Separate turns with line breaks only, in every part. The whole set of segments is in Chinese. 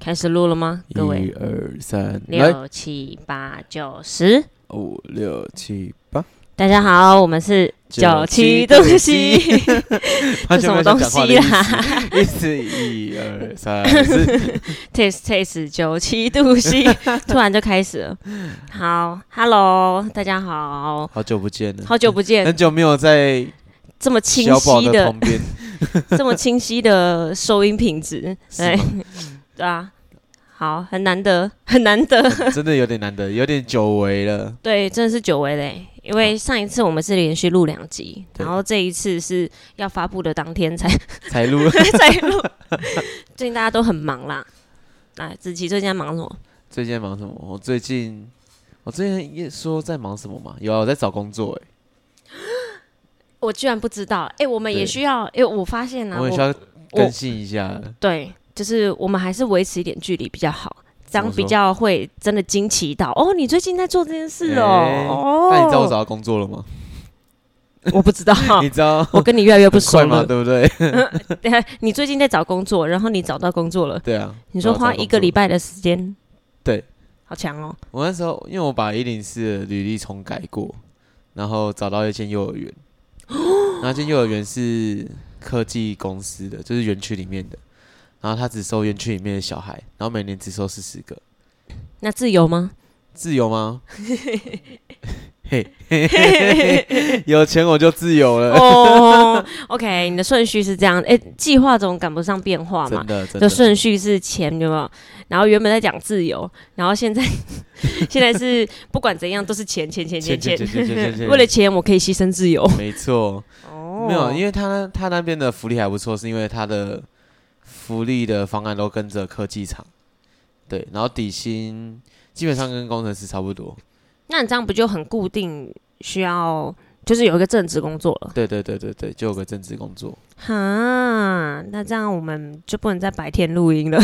开始录了吗？各
一
位，
二三，来，
六七八九十，
五六七八，
大家好，我们是
九
七
七
东
东
西，
他
什
就没
么
有
东
想
西啊
讲话的意
啦
思，意思一二三四，
taste taste 九七度 C，突然就开始了。好，Hello，大家好，
好久不见了，
好久不见
很，久没有在
这么清
哎小宝
晰
的
的、
旁边，
这么清晰的收音品质，
是
对对啊，好，很难得， 很难得，
吗真的有点难得，有点久违 了，
对，真的是久违嘞。因为上一次我们是连续录两集，
对
然后这一次是要发布的当天才
才录。
在录。最近大家都很忙啦。来，子琪最近在忙什么？
最近在忙什么？我最近，我最近也说在忙什么嘛？有啊，我在找工作，
我居然不知道。哎、我们也
对
需要。哎、我发现
哎，
啊，
我
我
也需要更新一下。
对，就是我们还是维持一点距离比较好，这
怎
样
么说
比较会真的惊奇到。哦，你最近在做这件事哦。
哎
哦，
那你知道我找到工作了吗？
我不知道，
你知道
哦 我跟你越来越不
很
熟
快吗？
了。
对不对？
等一下 你最近在找工作，然后你找到工作了，
对啊，
你说
我找到
花一个
工作
礼拜的时间，
对，
好强哦。
我那时候因为我把一零四的履历重改过，然后找到一间幼儿 园，然后这间幼儿园是科技公司的，就是园区里面的，然后他只收园区里面的小孩，然后每年只收四十个，
那自由吗？
自由 吗？嘿，嘿嘿嘿嘿有钱我就自由了，
哦、o k 你的顺序是这样，哎、计划总赶不上变化嘛
真，的真
的
的
顺序是前有没有？然后原本在讲自由，然后现在 现在是不管怎样都是钱钱钱 钱
钱钱钱钱钱钱
为了钱我可以牺牲自由。
没错，
哦
没有，因
为
为他那他那边的福利还不错，是因为他的福利的方案都跟着科技厂，对，然后底薪基本上跟工程师差不多，
那你这样不就很固定，需要就是有一个正职工作了？
对对对对对，就有个正职工作，
哈，那这样我们就不能在白天录音了，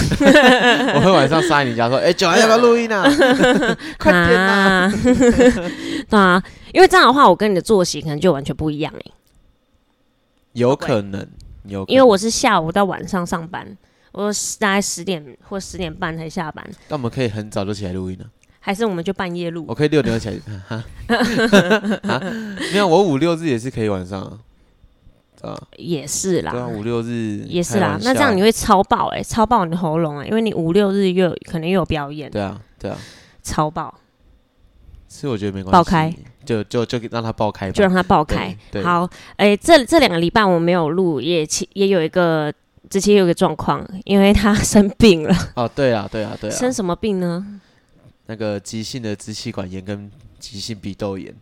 我会晚上杀你家说，哎、九安要不要录音啊？ 快点啊！
啊！ 对啊，因为这样的话，我跟你的作息可能就完全不一样哎、
有可能，有可能，
因为我是下午到晚上上班，我大概十点或十点半才下班，
那我们可以很早就起来录音了、
还是我们就半夜录
我可以六点就起来， 哈哈啊没有，我五六日也是可以晚上啊，啊，
也是啦，
对啊，五六日
也是
开
啦
玩。
那这样
笑啊
你会超爆哎、超爆你的喉咙哎、因为你五六日又有可能又有表演，
对啊对啊，
超爆
是我觉得没关系，
爆开，
就就就让它爆开吧，
就让它爆开
对。对
好，哎、这这两个礼拜我没有录，也其也有一个。之前有一个状况，因为他 生病了，
哦，对啊，对啊，对
生
啊，
什么病 呢？
那个急性的支气管炎跟急性鼻 窦炎，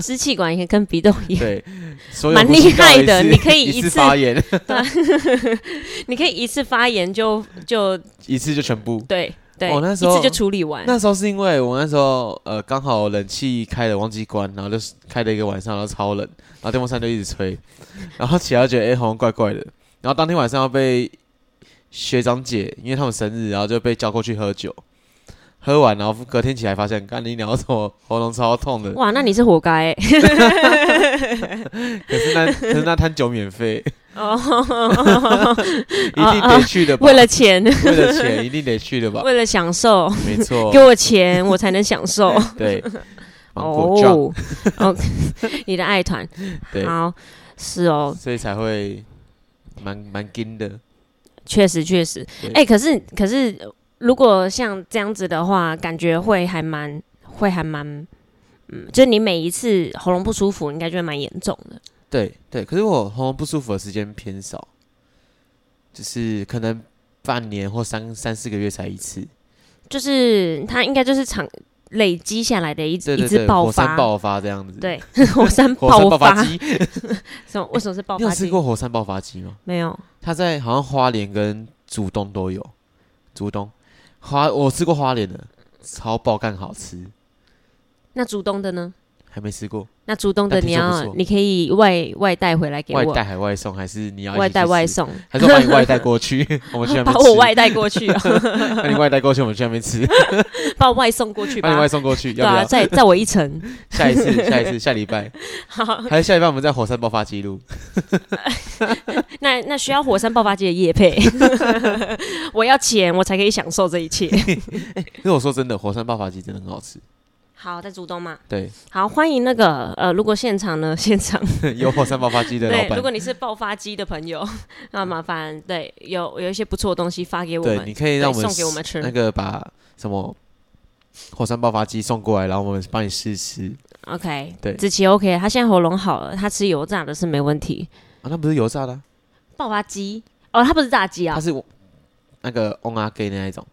支气管炎跟鼻窦 炎，
对，所有
蛮
呼
厉
吸道
害
一
的
次
你可以一
一次
次
发炎，
你可以一次发炎就就
一次就全部。
对对，
哦那
一
时候
次就处理完。
那时候是因为我那时候呃刚好冷气开了忘记关，然后就是开了一个晚上，然后超冷，然后电风扇就一直吹， 然后起来就觉得哎、好像怪怪的，然后当天晚上要被学长姐，因为他们生日，然后就被叫过去喝酒，喝完然后隔天起来发现，干你鸟怎么喉咙超痛 的，
哇，那你是活该、欸、
可是那可是那摊酒免费，
哦，
一定得去的吧，
为了钱，
为了钱一定得去的吧，
为了享受，
没错
给，我钱我才能享受。
对， 芒果酱，
哦，哦，你的爱团，
对，
好，是哦，
所以才会蛮蛮劲的，
确实确实
对。
哎、可是可是，如果像这样子的话，感觉会还蛮会还蛮。嗯，就是你每一次喉咙不舒服，应该就会蛮严重的。
对对，可是我喉咙不舒服的时间偏少，就是可能半年或三三四个月才一次，
就是它应该就是长累积下来的一
对
一
对
次
对，
爆
火
发
山，爆发这样子，，
对， 火山
火山爆
发
发，机，
什么？为什么是爆
你有
发
吃
机？
过火山爆发机吗？
没有，
它在好像花莲跟竹东都有，竹东花我吃过花莲的，超爆干好吃。
那竹东的呢？
还没吃过。
那主动的
那
你
听说不
要
错
你可以外外带回来给
外
我，
带还外送，还是你要一起
外带
去吃
外？送，
还是我把 你外带过去？我们去那
把
边吃。
我外带过去 啊，
把你外带过去，我们去那边吃。
把我外送过去
把你
吧
外。送过 去，
对
要不
啊，
要？
再再我一层，
下一次，下一次，下礼拜，
好，
还是下礼拜我们在火山爆发记录？
那那需要火山爆发机的夜配， 我要钱，我才可以享受这一 切。
因为我说真的，火山爆发鸡真的很好吃。
好，在竹东嘛，
对，
好，欢迎那个呃，如果现场呢， 现场
有火山爆发鸡的老
对，如
板，
果你是爆发机的朋友， 那麻烦对有有一些不错的东西发给我
对，
们
你，可以让我
对
们
送给我们吃
那个把什么火山爆发鸡送过来，然后我们帮你试吃
OK，
对
子琪 OK，他现在喉咙好了，他吃油炸的是没问题。
啊，那不是油炸的啊，
爆发鸡哦，他不是炸鸡啊
它，是那个 on a gay 那一种，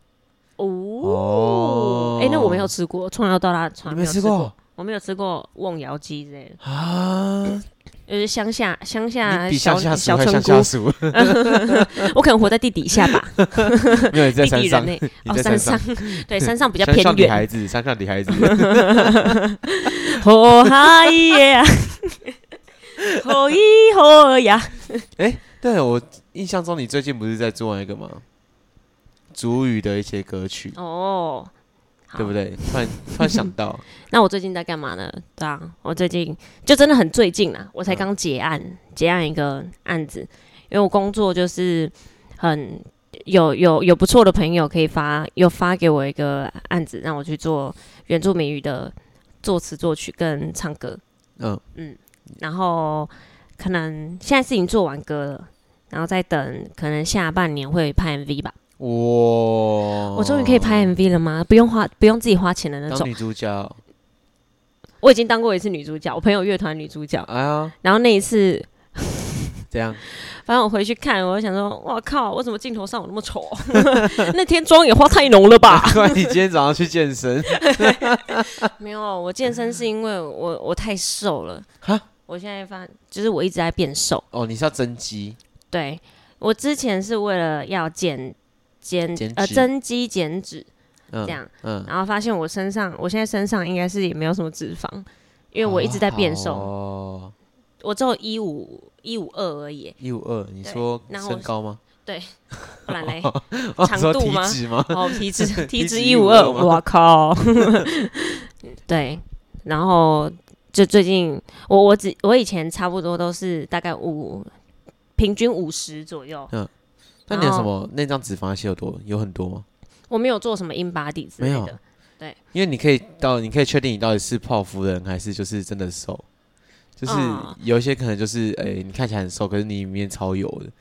哦
哦，
哎、那我没有吃过，从小到大从
你
来
没
有吃
吃过
我没有吃过瓮窑鸡之类的，
啊？
就是乡下乡下
你比
啊小
乡下熟
小
还
村
乡
姑
下， 熟，
我可能活在地底下吧，
没有 你在
地
山
底
上
人，类、
你
哦，
在
山
上
上对山上比较
山
偏
上女
远。
孩子，山上 女孩子，
哦嗨耶， 吼一吼呀，
对我印象中，你最近不是在做那个吗？主语的一些歌曲，
哦，好
对不对？突然突然想到，
那我最近在干嘛呢？对啊，我最近就真的很最近啦，我才刚结案，结案一个案子，因为我工作就是很有有有不错的朋友可以发，有发给我一个案子，让我去做原住民语的作词作曲跟唱歌，
嗯，
然后可能现在事情做完歌了。然后再等，可能下半年会拍 MV 吧。
哇，
我
我
终于可以拍 MV 了吗？不用花，不用自己花钱的那
当
种。
女主角，
我已经当过一次女主角，我朋友乐团女主角。
哎呀，
然后那一次，
这样
反正我回去看，我就想说，哇靠，为什么镜头上我那么丑？ 那天妆也化太浓了 吧？
难怪你今天早上去健身，
没有，我健身是因为我我太瘦了。
哈，
我现在发就是我一直在变瘦。
哦，你是要增肌，
对我之前是为了要减减
减
呃
脂
增肌减脂
嗯，
这，样，
嗯，
然后发现我身上我现在身上应该是也没有什么脂肪，因为我一直在变瘦，
哦，
我只有一五一五二而已，
一五二，你说
然后我
身高吗？
不然嘞。
哦
长
说
度
体
吗
脂 吗？
哦，体 脂体
体
脂
脂
一五二，
152吗
我靠！ 对，然后就最近我我只我以前差不多都是大概五，平均五十左右，
那你有什么内脏脂肪那些有多有很多吗？
我没有做什么 in body 之类
没
的
有。因为你可以到，你可以确定你到底是泡芙人还是就是真的瘦，就是
嗯
有一些可能就是哎、你看起来很瘦，可是你里面超油的。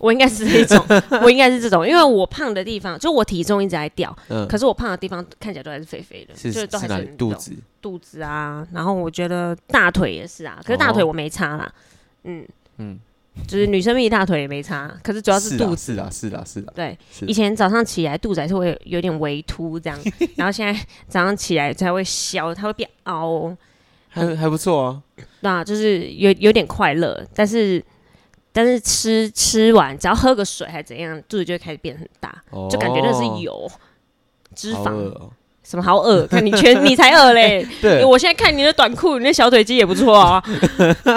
我应该是这 种，我应该是这种，因为我胖的地方，就我体重一直在掉，
嗯，
可是我胖的地方看起来都还是肥肥的，
是
就是都还
是
是
哪里
很？
肚
肉
子？
肚子啊，然后我觉得大腿也是啊，可是大腿
哦
我没差啦，嗯嗯
嗯，
就是女生蜜大腿也没差，可是主要是肚
啦
子
是啊啦，是啦，是啦，啊
对，
是
以前早上起来肚子还是会有有点微凸这样， 然后现在早上起来才会消，它会变凹，
还还不错啊。
那就是有有点快乐，但是但是吃吃完只要喝个水还怎样，肚子就会开始变很大，
哦，
就感觉那是油、脂
好
肪
饿，哦
什么好 饿，看你全你才饿嘞，
对，
我现在看你的短裤，你那小腿肌也不错 啊，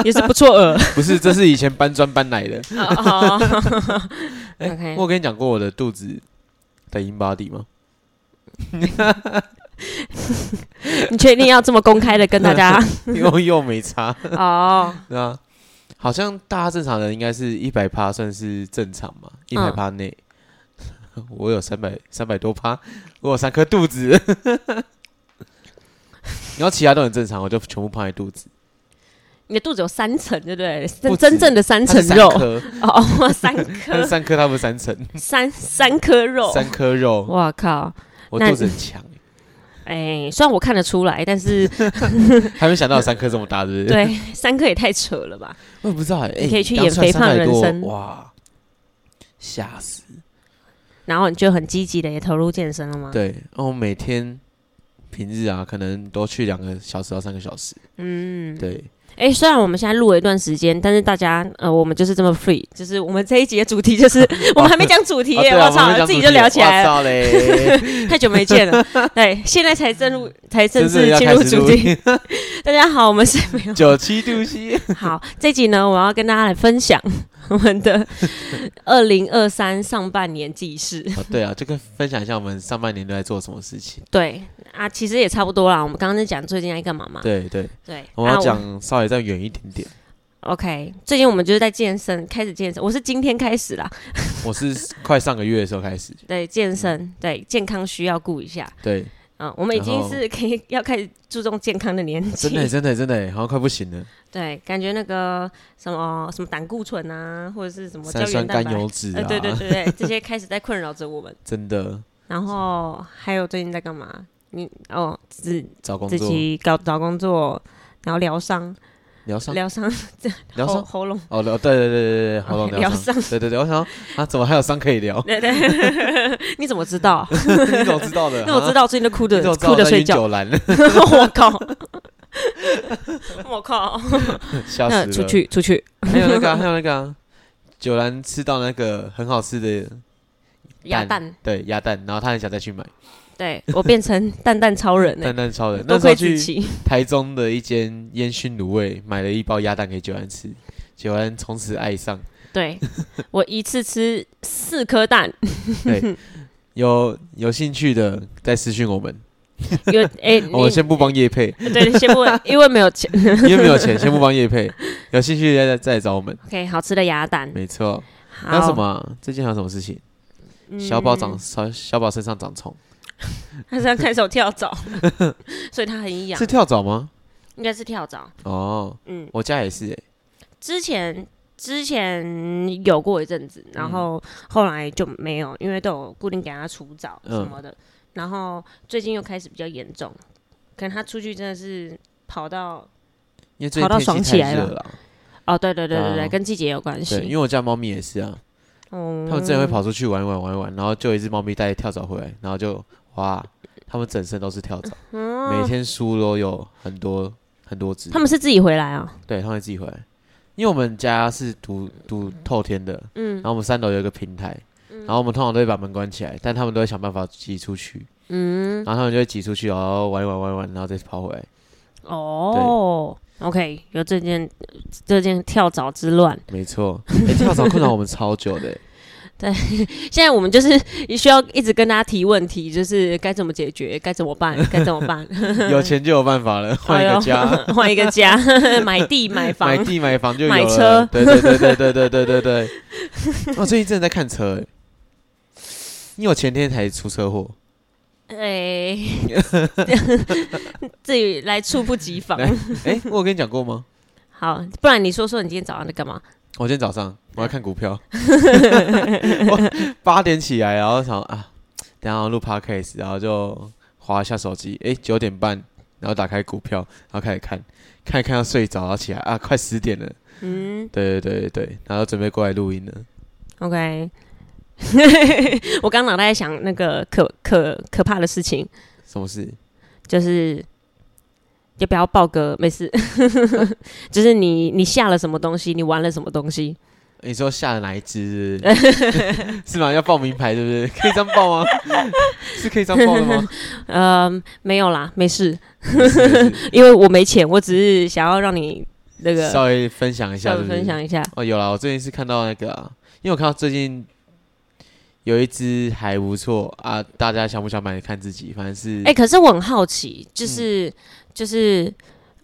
也是不错呃。
不是，这是以前搬砖搬来的。
哦 哦
哎
OK
我跟你讲过我的肚子的 in body 吗？
你确定要这么公开的跟大 家？
因为又没差，
哦，
对啊。好像大家正常人应该是一百趴算是正常嘛，一百
嗯
趴内。 我有三百三百多趴，我有三颗肚子。 然后其他都很正常，我就全部胖在肚子，
你的肚子有三层，对不对？
不
真
止
真正的三
它是
层
三
肉
颗，
哦，哦 三
它是
颗
三颗，它不是三层，
三三颗肉。
三颗肉，
哇靠！
我
那
肚子很强，
哎、虽然我看得出来，但 是
还没想到有三颗这么大，对不对？
对三颗也太扯了吧？
我也不知道欸，哎，
你可以去
刚
演
出来
肥胖
300
人
多
生
哇，吓死！
嗯然后你就很积极的也投入健身了吗？
对，然后每天平日啊，可能多去两个小时到三个小时。
嗯，
对，
哎、虽然我们现在录了一段时间，但是大家呃，我们就是这么 free，就是我们这一集的主题就是 我们还没讲主题耶，
啊对啊
我操、
们讲
自己
主
就
题
聊起来 了，
我操嘞，
太久没见 了。对，现在才正入，才正
真正
式
要
进
开
入
始
主
录
题。
音。
大家好，我们是 没有
九七度 C，啊
好，这集呢，我要跟大家来分享我们的二零二三上半年记事。
哦对啊，就跟分享一下我们上半年都在做什么事情。
对啊，其实也差不多啦。我们刚刚在讲最近在干嘛嘛？
对对，
对，
我
嗯
们
啊
要讲稍微再远一点点。
OK，最近我们就是在健身，开始健身。我是今天开始啦，
我是快上个月的时候开始，
对健身，对健康需要顾一下。
对，
嗯，我们已
然
经
后
是可以要开始注重健康的年纪
真，的真的真的，好像快不行了。
对，感觉那个什么什么胆固醇啊，或者是什么胶
三
原
酸
蛋
甘
白，
油脂
呃，
啊，
对对对对，这些开始在困扰着我们。
真的
然后还有最近在干嘛？你哦，自
找工
自
作
己搞找工作，然后疗伤，
疗伤
疗伤
疗
喉
伤
喉咙，
哦疗对对对对对喉咙
OK，疗？
疗伤对对对，我想说啊怎么还有伤可以聊
对 对，你怎么知道？
你怎么知道的？
那我知
道，
道，我最近都哭
你
着
怎么知道
哭
我
着
在
睡
晕
觉，
酒栏？
我靠，我靠，
吓死
那
了！
出去出去，
还有那个啊还有那个啊九兰吃到那个很好吃的
鸭蛋，
对鸭蛋，然后他很想再去买
对我变成蛋蛋超人呢
蛋，蛋超人。
多
那时候
亏子
去
琪，
台中的一间烟熏卤味买了一包鸭蛋给九兰吃，九兰从此爱上。
对我一次吃四颗蛋，
有有兴趣的再私讯我们，
因为 哎，
哦我们
你
先不帮 叶配，
对先不，因为没有钱
因为没有钱，先不帮叶配。有兴趣的再再来找我们，
，OK，好吃的鸭蛋，
没错。还有
好
什么啊？最近还有什么事情？小宝
嗯
长小小宝身上长虫，
他现在开始跳蚤，所以他很痒
是，跳蚤吗？
应该是跳蚤。
哦，
嗯，
我家也是欸，
之前之前有过一阵子，然后后来就没有，因为都有固定给他除蚤
嗯
什么的。然后最近又开始比较严重，可能他出去真的是跑到
因为最
吵
近
到
天
爽
气
起来
太热
了
了啊。
哦，对对对对对，
哦
跟季节有关
对，因
系。
为我家猫咪也是啊，
嗯
它们之前会跑出去玩一玩玩一玩，然后就有一只猫咪带跳蚤回来，然后就哇，它们整身都是 跳蚤，每天输都有很多很多只。
啊他们是自己回来啊、
对，它会自己回来，因为我们家是独独透天的，
嗯
然后我们三楼有一个平台，然后我们通常都会把门关起来，但他们都会想办法挤出去，
嗯，
然后他们就会挤出去，然后玩一玩玩一玩，然后再跑回来。
哦，OK，有这件这件跳蚤之乱。
没错，欸、跳蚤困扰我们超 久的欸、
现在我们就是 需要一直跟大家提问题，就是该怎么解决，该怎么 办，该怎么办。
有钱就有办法了，换
哎
一个
呦
家。，
换一个家，买地买 房，
买地买房就有
买
了
车
对对对对对对对对对。我、最近真的在看车、欸，因为我前天才出车祸，
哎， 自己来猝不及防。
来哎、我有跟你讲过吗？
好，不然你说说你今天早上在干嘛？
我今天早上我要看 股票，我八点起来，然后想啊，等一下要录 podcast，然后就划一下手机，哎、九点半，然后打开股票，然后开始看，看一看要睡着，然后起来啊，快十点了，
嗯
对对对对，然后准备过来录音了，
，OK。我刚脑袋在想那个可可可怕的事情，
什么事？
就是要不要报个没事， 就是你你下了什么东西，你玩了什么东西，
你说下了哪 一只是不是？是吗？要报名牌对不对？可以这样报吗？是可以这样报 的吗？
嗯，没有啦，没事，
没事没事
因为我没钱，我只是想要让你那个
稍微分享一下
稍
是
微
不是，
分享一下，
哦，有啦，我最近是看到那个、啊，因为我看到最近有一只还不错啊，大家想不想买看自己，反正是
哎、可是我很好奇，就是、
嗯
就是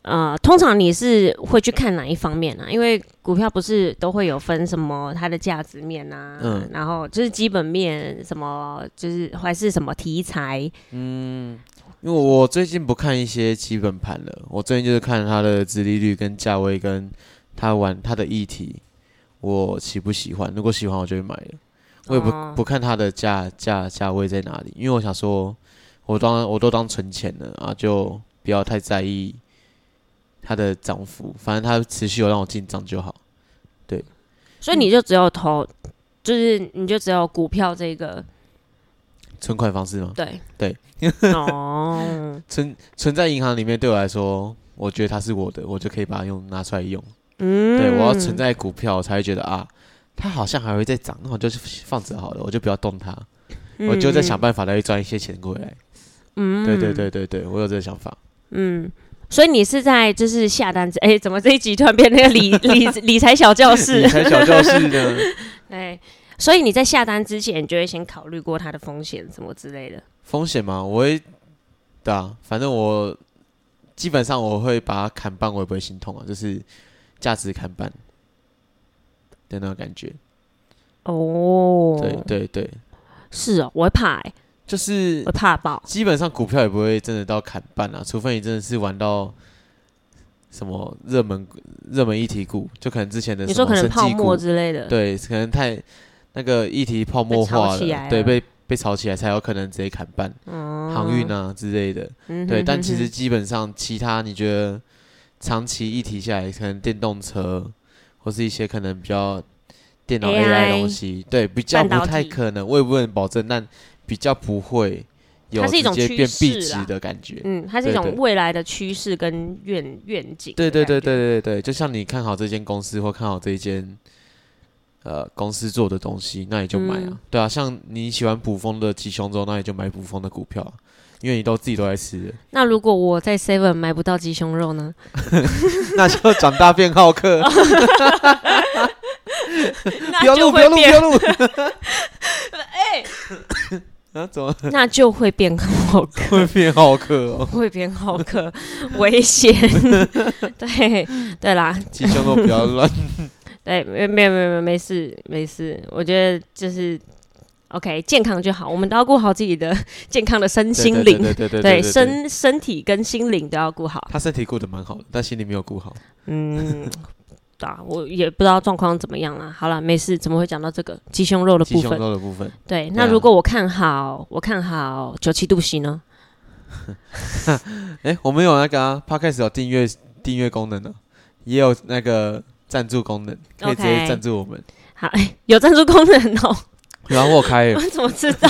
呃，通常你是会去看哪一方面呢、啊因为股票不是都会有分什么它的价值面啊，
嗯
然后就是基本面什么，就是还是什么题材，
嗯，因为我最近不看一些基本盘了，我最近就是看它的殖利率跟价位跟它玩它的议题，我喜不喜欢？如果喜欢，我就会买了。我也不、
哦
不看它的价价价位在哪里，因为我想说，我当我都当存钱了啊，就不要太在意它的涨幅，反正它持续有让我进账就好。
所以你就只有投，就是你就只有股票这个
存款方式吗？
对
对，
哦，
存存在银行里面对我来说，我觉得它是我的，我就可以把它用拿出来用。
嗯，
对我要存在股票，我才会觉得啊，它好像还会再涨，那我就放着好了，我就不要动它，
嗯，
我就在想办法来赚一些钱回来。
嗯，嗯
对对，对对对，我有这个想法。
嗯。所以你是在就是下单子，哎、 怎么这一集突然变那个理 理理财小教室
理？财 小教室呢？
对，所以你在下单之前，你就会先考虑过它的风险什么之类的。
风险吗？我会，对啊，反正我基本上我会把它砍半，我也不会心痛啊，就是价值砍半的那种感觉。
哦，
对，对对，
是哦，我会怕、欸，
就是
我会怕爆。
基本上股票也不会真的到砍半啊，除非你真的是玩到什么热门热门议题股，就可能之前的
你
什
说
么
可能
生
泡
技
沫
股，
之类的，，
对，可能太那个议题泡沫
被
化
炒起来了
对，被被炒起来才有可能直接砍半，
嗯、
航运啊之类的。
嗯哼哼哼，
对，但其实基本上其他你觉得长期议题下来，可能电动车或是一些可能比较电脑
AI
AI 的东西，对，比较
半导
不
体
太可能，我也不能保证，但比较不会有
它是一
直
种
接
趋
变
势
壁
啦
纸的感觉。
嗯，它是一
对
种
对
未来的趋势跟愿愿景。
对对对，对对对，就像你看好这间公司或看好这一间呃公司做的东西，那你就买啊。
嗯
对啊，像你喜欢捕风的鸡胸肉，那你就买捕风的股票啊、因为你都自己都在吃了，
那如果我在 Seven 买不到鸡胸肉呢？
那就长大变好客。 不
那
要录，
就
不
会
要录，不
变，
要录！哎，啊，怎么
那就会变 好客，
会变好客哦？
会变好客， 危 险。对对啦，
鸡胸肉不要乱，
对，没没有没有没有没事没事，我觉得就是 OK，健康就好，我们都要顾好自己的健康的身 心灵，
对对对
对
对，
身身体跟心灵都要顾好。
他身体顾得蛮好的，但心里没有顾好。
嗯， 啊，我也不知道状况怎么样啦。好了，没事，怎么会讲到这个鸡胸肉的
鸡
部
胸
分？
肉的部分，
对，
啊
那如果我看好，我看好九七度 C 呢？
哎，我们有那个啊 Podcast 有订阅订阅功能的，也有那个赞助功能，可以直
OK
接赞助我们。
好，哎有赞助功能哦、
然后我有 开，
我怎么知道？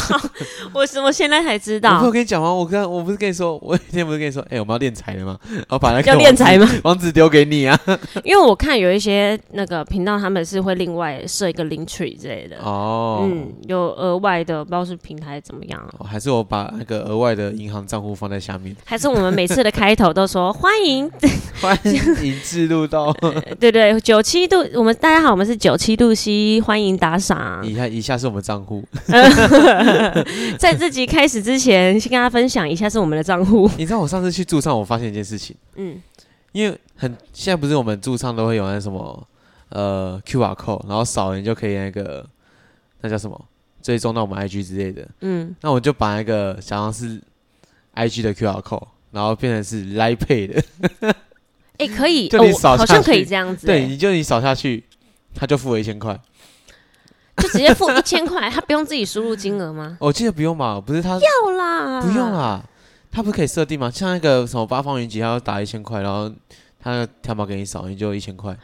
我怎么现在才知
我不
道
有？跟你讲吗？我刚我不是跟你说，我有一天不是跟你说，哎，我们要练财了吗？然后把那个
要练
网址
财吗？
网址丢给你啊。
因为我看有一些那个频道，他们是会另外设一个 link tree 之类的，
哦，
嗯，有额外的，不知道是平台怎么样啊。
哦，还是我把那个额外的银行账户放在下面，
还是我们每次的开头都说欢迎，
欢迎置入到
对对，九七度，我们大家好，我们是九七度 C，欢迎打赏。
以下以下是我们账户，嗯
在这集开始之前，先跟大家分享一下是我们的账户。
你知道我上次去驻唱，我发现一件事情，
嗯，
因为很现在不是我们驻唱都会有那什么呃 QR code，然后扫了你就可以那个那叫什么追踪到我们 IG 之类的，
嗯，
那我就把那个想要是 IG 的 QR code，然后变成是 Line Pay 的，
哎、可以，
就你
哦
扫
好
下
像可以
去
这样子、
对，
欸，
你就你扫下去，他就付了一千块，
就直接付一千块，他不用自己输入金额 吗？
哦我记得不用吧？不是他
不啦，
不用，啦，它不是可以设定吗？像那个什么八方云集，它要打一千块，然后它那个条码给你扫，你就一千 块，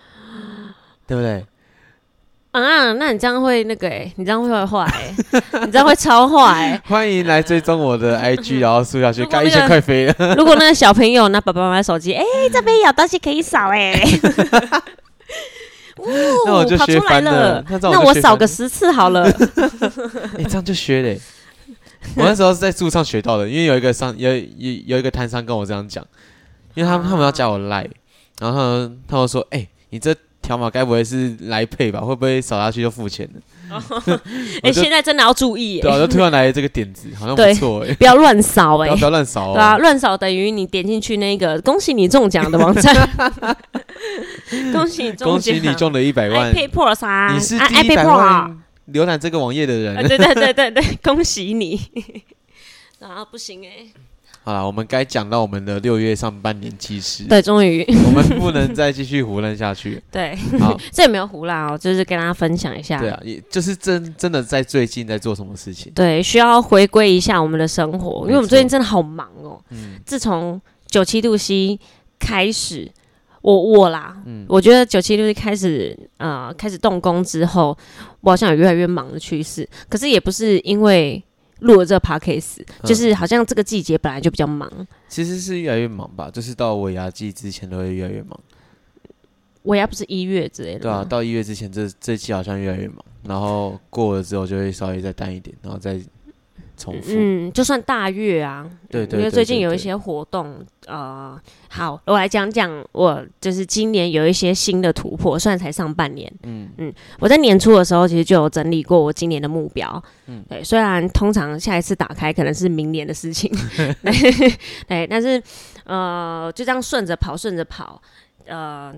对不对？
啊，那你这样会那个哎、你这样会坏、欸， 你这样会超坏、欸。
欢迎来追踪我 的 IG，然后输下去，
如果
该
那
一
个
千块飞了。
欸如果那个小朋友拿爸爸妈妈的手机，哎、这边有东西可以扫哎、呜
那我就
跑
学
出来
翻了，那这样
那
我
我
就学
扫
翻
个十次好 了。
哎、这样就学嘞、我那时候是在驻唱学到的，因为有一个商有有有一个摊商跟我这样讲，因为他们他们要加我 line，然后他们他们说，哎、你这条码该不会是来配吧？会不会扫下去就付钱了？
哎、
我就
现在真的要注意、
对
欸，
啊，就突然来这个点子，好像
对
不错哎、
不要乱扫
不
哎
要。不要乱扫哦。
对啊，乱扫等于你点进去那个恭喜你中奖的网站， 恭喜你中奖，哎
恭喜你中了一百万，
iPad Pro 啥？
你是
啊
第一
iPad
百
Pro 啊
万浏览这个网页的
啊
人。
对对对对对，恭喜你。 啊，不行哎、
好了，我们该讲到我们的六月上半年纪事，
对，终 于
我们不能再继续胡乱 下去。
对，
好，
这也没有胡啦哦，就是跟大家分享一下。
对啊，也就是真真的在最近在做什么事情，
对，需要回归一下我们的生活，因为我们
没错
最近真的好忙哦。
嗯
自从九七度 C 开始，我我啦，
嗯
我觉得九七度 C 开始呃开始动工之后，我好像有越来越忙的趋势。可是也不是因为录了这 p a c k a s e 就是
嗯
好像这个季节本来就比较忙，
其实是越来越忙吧，就是到尾牙季之前都会越来越忙。
嗯我也不是一月之类的
对啊，
吗。
到一月之前这这期好像越来越忙，然后过了之后就会稍微再淡一点，然后再重复。
嗯，就算大月啊，
对对
因为
对
最近
对
有一
对
些活动，呃，好，我来讲讲我就是今年有一些新的突破，虽然才上半年，
嗯
我在年初的时候其实就有整理过我今年的目标，嗯，对，虽然通常下一次打开可能是明年的事 情， 对，对但是呃，就这样顺着跑，顺着跑，呃，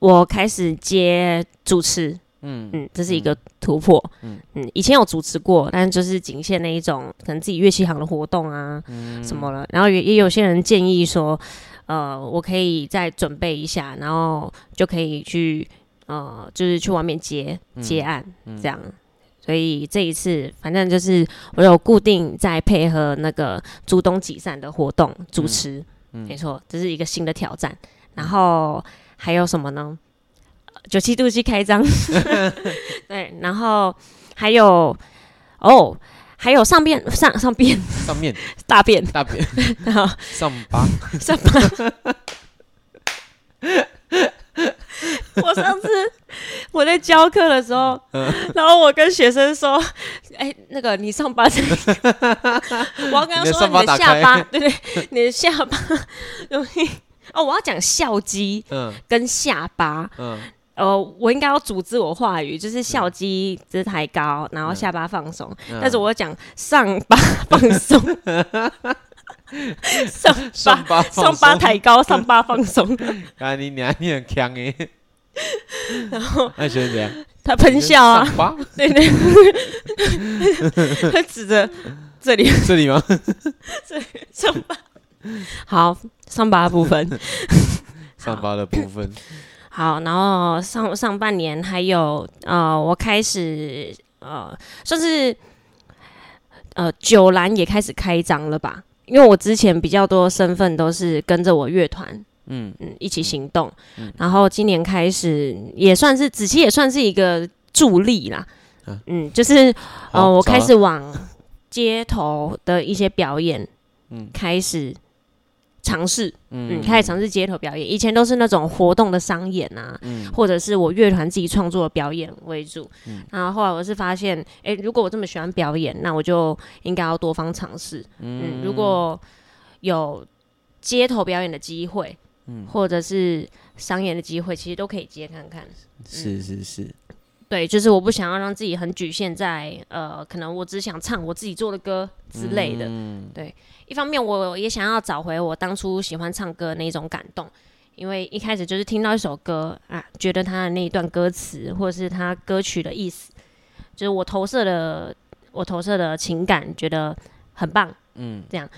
我开始接主持，
嗯
嗯，这是一个突破。嗯以前有主持过，但就是仅限那一种可能自己乐器行的活动啊、什么了。然后也也有些人建议说，呃，我可以再准备一下，然后就可以去呃，就是去外面接接案、这样。所以这一次，反正就是我有固定在配合那个竹东集散的活动主持，没错，这是一个新的挑战。然后还有什么呢？呃九七度七开张，对，然后还有哦，还有上便上上便
上面
大便，
大 便
然后
上巴，
上班。 我上次我在教课的时候，
嗯
然后我跟学生说：“哎、那个你 上巴，我要跟他
你的
说
上巴
你的
打
下
开
巴，对对，你的下巴 容易哦，我要讲笑肌
嗯
跟下巴，
嗯
呃，我应该要组织我话语，就是笑肌姿抬高，然后下巴放松，
嗯
但是我讲上巴 放松，上
上巴 放
上巴
松
抬 高，上巴放松，
啊你你你很强哎，
然后
那你觉得怎样？
他喷笑啊，
上巴，
对对， 他指着这里
这 里吗？
上巴， 好，上巴的部分，
上巴的部分，
好，然后上上半年还有呃，我开始呃，算是呃酒栏也开始开张了吧，因为我之前比较多身份都是跟着我乐团。
嗯
嗯，一起行动。然后今年开始也算是子琪也算是一个助力啦。
啊
嗯，就是呃，
好
我
走啊
开
了
始往街头的一些表演，
嗯
开始尝试，嗯，
嗯
开始尝试街头表演。以前都是那种活动的商演啊，
嗯
或者是我乐团自己创作的表演为主。然后后来我是发现，诶，如果我这么喜欢表演，那我就应该要多方尝试。嗯，如果有街头表演的机会，
嗯
或者是商演的机会，其实都可以接看看。
是是是，
对，就是我不想要让自己很局限在呃，可能我只想唱我自己做的歌之类的。
嗯
一方面，我也想要找回我当初喜欢唱歌那种感动，因为一开始就是听到一首歌啊，觉得它的那一段歌词或者是它歌曲的意思，就是我投射的我投射的情感，觉得很棒。
嗯
这样。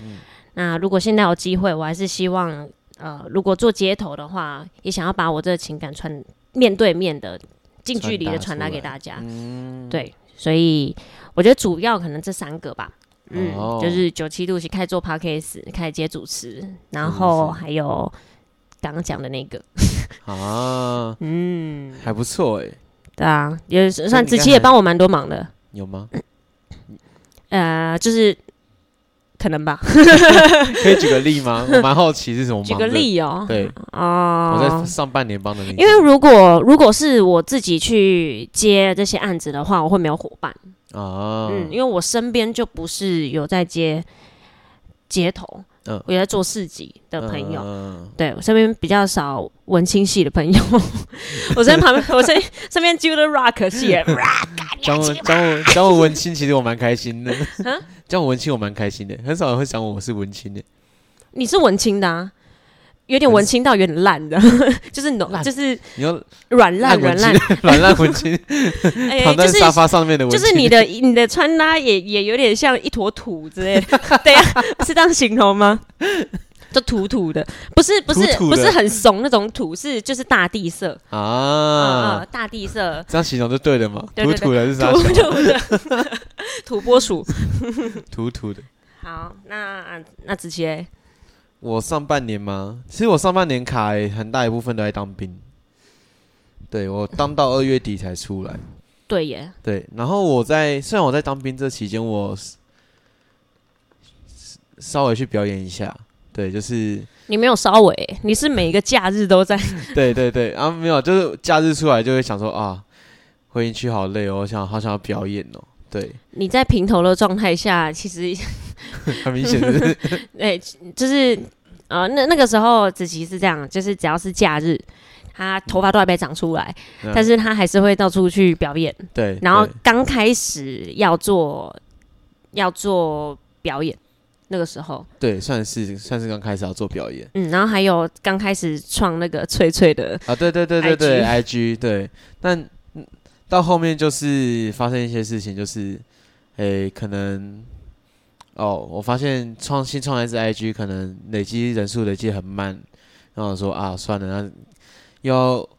那如果现在有机会，我还是希望，呃，如果做街头的话，也想要把我这个情感传面对面的、近距离的传
传
达
达
给
出来
大家。
嗯，
对，所以我觉得主要可能这三个吧。嗯，
哦
就是九七度起开始做 podcast，开始接主持，然
是
后还有刚刚讲的那个，
啊，
嗯，
还不错哎，
对啊，也是
那
算
你
子
应该
琪也
很
帮我蛮多忙的，
有吗？
呃，就是可能吧，
可以举个 例吗？我蛮好奇是什么忙的。
举个例哦，
对，
哦，
我在上半年帮的你，
因为如果如果是我自己去接这些案子的话，我会没有伙伴。
啊，
嗯，因为我身边就不是有在接街头，
嗯
我有在做市集的朋友。
嗯
对我身边比较少文青系的朋友， 我身边旁边我身身边几乎都是 rock 系的 rock
讲我讲我讲我文青，其实我蛮开 心的。
啊
讲我文青，我蛮开心的，很少人会讲我是文青的。
你是文青的、啊，有点文青到有点烂的，就是
烂
no, 就是
你要
软烂软
文
烂
青，， 软烂 文青，
哎、
躺
就
在
是
沙发上面的文
就
青，
是你的你的穿搭也也有点像一坨土之类的， 对呀、是这样形容吗？就土土的，不是不是
土土
不
的
是很怂那种土，是就是大地色啊、
啊
嗯，大地色，
这样形容就对了嘛。
对
土
对对
土的嗯是啊啥
土？土的 土拨鼠。
土土的。
好，那那子琪嘞，
我上半年吗？其实我上半年卡欸很大一部分都在当兵，对我当到二月底才出来。
对耶，
对，然后我在虽然我在当兵这期间，我是稍微去表演一下。对，就是
你没有稍微，你是每个假日都在
对对对，啊没有，就是假日出来就会想说啊，回营区好累哦，我想好想要表演哦。对，
你在平头的状态下，其实
很明显的是
哎、就是呃，那那个时候子琪是这样，就是只要是假日，她头发都还没长出来，
嗯
但是她还是会到处去表演。
对，
然后
对
刚开始要做要做表演，那个时候，
对算是算是刚开始要做表演
嗯，然后还有刚开始创那个翠翠的，
啊，对对对对对，IG 对，但嗯到后面就是发生一些事情，就是诶、可能哦，我发现创新创一支 IG 可能累积人数累积得很慢，然后我说啊算了，那又要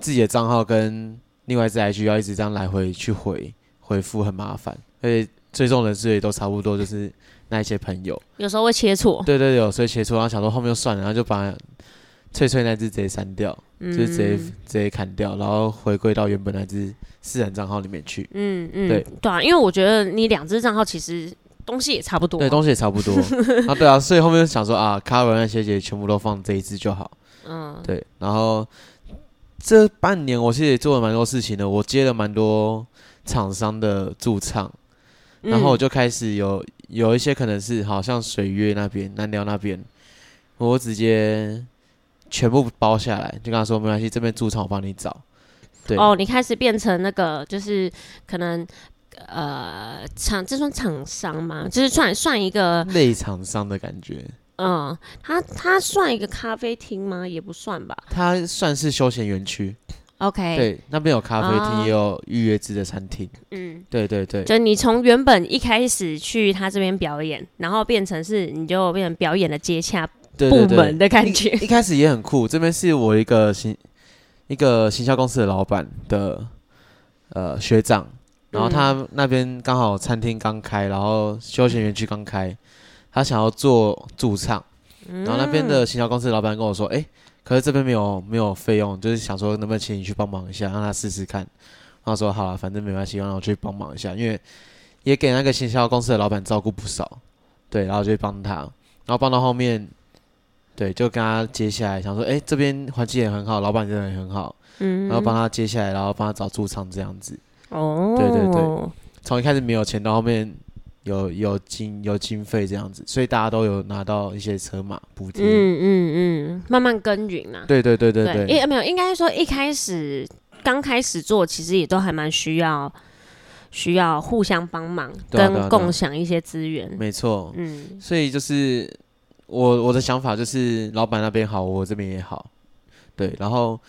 自己的账号跟另外一支 IG 要一直这样来回去回回复很麻烦，而且追踪人数也都差不多，就是那一些朋友。
有时候会切错，
对对对，所以切磋，然后想说后面就算了，然后就把翠翠那只直接删掉，
嗯，
就是直接直接砍掉，然后回归到原本那只私人账号里面去。
嗯嗯，
对
对啊，因为我觉得你两只账号其实东西也差不多，
对，东西也差 不多。然后对啊，所以后面就想说啊，cover 那些也全部都放这一只就好。
嗯，
对，然后这半年我其实也做了蛮多事情的，我接了蛮多厂商的驻唱，
嗯
然后我就开始有有一些可能是好像水月那边、南寮那边，我直接全部包下来，就跟他说没关系，这边驻场我帮你找。对，
哦，你开始变成那个就是可能。呃，厂这算厂商吗？就是算算一个，
类厂商的感觉，
嗯，它它算一个咖啡厅吗？也不算吧。
它算是休闲园区，
OK，，
对，那边有咖啡厅，
哎啊
也有预约制的餐厅，
嗯，
对对对，
就你从原本一开始去他这边表演，然后变成是你就变成表演的接洽
对
部
对对。
门的感觉。
一开始也很酷，这边是我一个行一个行销公司的老板的呃学长，然后他那边刚好餐厅刚开，然后休闲园区刚开，他想要做驻唱，然后那边的行销公司的老板跟我说，哎、可是这边没有没有费用，就是想说能不能请你去帮忙一下，让他试试看。然后说好了，反正没关系，让我去帮忙一下，因为也给那个行销公司的老板照顾不少，对，然后就去帮他，然后帮到后面，对，就跟他接下来想说，哎，这边环境也很好，老板人也很好，
嗯，
然后帮他接下来，然后帮他找驻场这样子，
哦，
对对对从一开始没有钱到后面有有经有经费这样子，所以大家都有拿到一些车马补贴，
嗯嗯嗯，慢慢耕耘啊。
对对对对
对，也没有，应该说一开始刚开始做，其实也都还蛮需要需要互相帮忙，
对啊对啊对
跟
啊
共享一些资源。
没错，
嗯
所以就是我我的想法就是，老板那边好，我这边也好，对。然后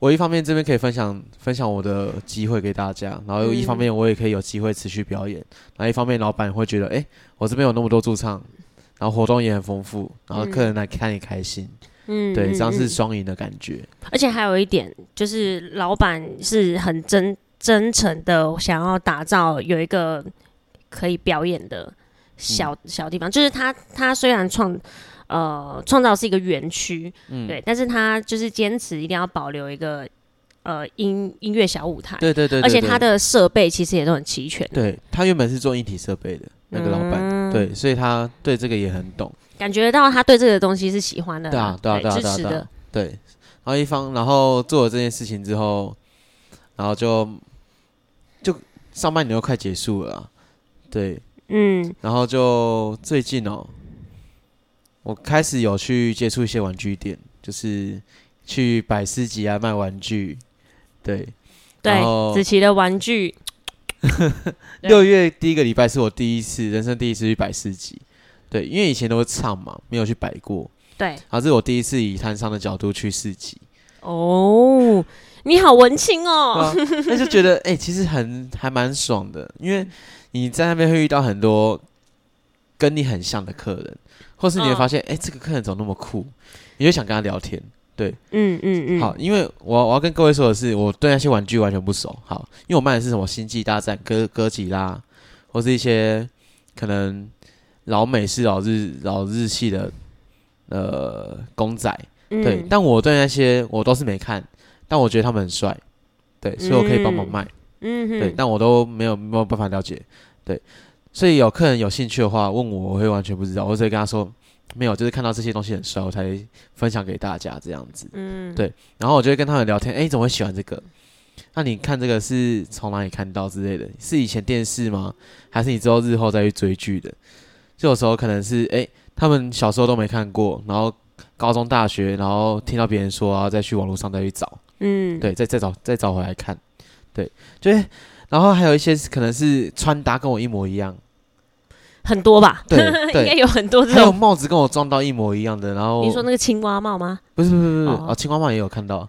我一方面这边可以分享分享我的机会给大家，然后
嗯
一方面我也可以有机会持续表演，然后一方面老板会觉得，哎、我这边有那么多驻唱，然后活动也很丰富，然后客人来看也开心，
嗯，
对，这
嗯
样是
嗯
双赢的感觉。
而且还有一点，就是老板是很真真诚的，想要打造有一个可以表演的小、
嗯
小地方。就是他他虽然创呃创造是一个园区，
嗯
对，但是他就是坚持一定要保留一个呃音音乐小舞台，
对对对
而且
对
他的设备其实也都很齐全，
对他原本是做硬体设备的那个老板，
嗯
对，所以他对这个也很懂。
感觉到他对这个东西是喜欢的
对
啦，
啊，对啊，对啊，
嗯支
对啊
持
对
的
啊，，对。然后一方，然后做了这件事情之后，然后就就上半年又快结束了啊，对。
嗯。
然后就最近哦，我开始有去接触一些玩具店，就是去百思集啊卖玩具，对。
对
然，后
子琪的玩具，对
六月第一个礼拜是我第一次，人生第一次去百思集，对，因为以前都会唱嘛，没有去摆过，
对
然后这是我第一次以摊商的角度去市集，
哦，你好文青哦，嗯
对啊，那就觉得哎、欸其实很还蛮爽的，因为你在那边会遇到很多跟你很像的客人，或是你会
嗯
发现哎、欸这个客人怎么那么酷，你就想跟他聊天。
嗯嗯嗯，
好，因为我我要跟各位说的是，我对那些玩具完全不熟。好，因为我卖的是什么《星际大战》、哥哥吉拉，或是一些可能老美式、老日老日系的呃公仔。
嗯，
对，但我对那些我都是没看，但我觉得他们很帅，对，所以我可以帮忙
嗯
卖。
嗯哼
对，但我都没有没有办法了解。对，所以有客人有兴趣的话，问我，我会完全不知道，我只会跟他说没有，就是看到这些东西很帅，我才分享给大家这样子。
嗯，
对然后我就会跟他们聊天，哎，你怎么会喜欢这个？那你看这个是从哪里看到之类的？是以前电视吗？还是你之后日后再去追剧的？就有时候可能是哎，他们小时候都没看过，然后高中、大学，然后听到别人说，然后再去网络上再去找，
嗯，
对，再再找再找回来看，对，就是，然后还有一些是可能是穿搭跟我一模一样，
很多吧，
对
应该有很多这
还有
种。
帽子跟我撞到一模一样的，然后
嗯你说那个青蛙帽吗？
不是不是不是不是
哦
哦，青蛙帽也有 看到，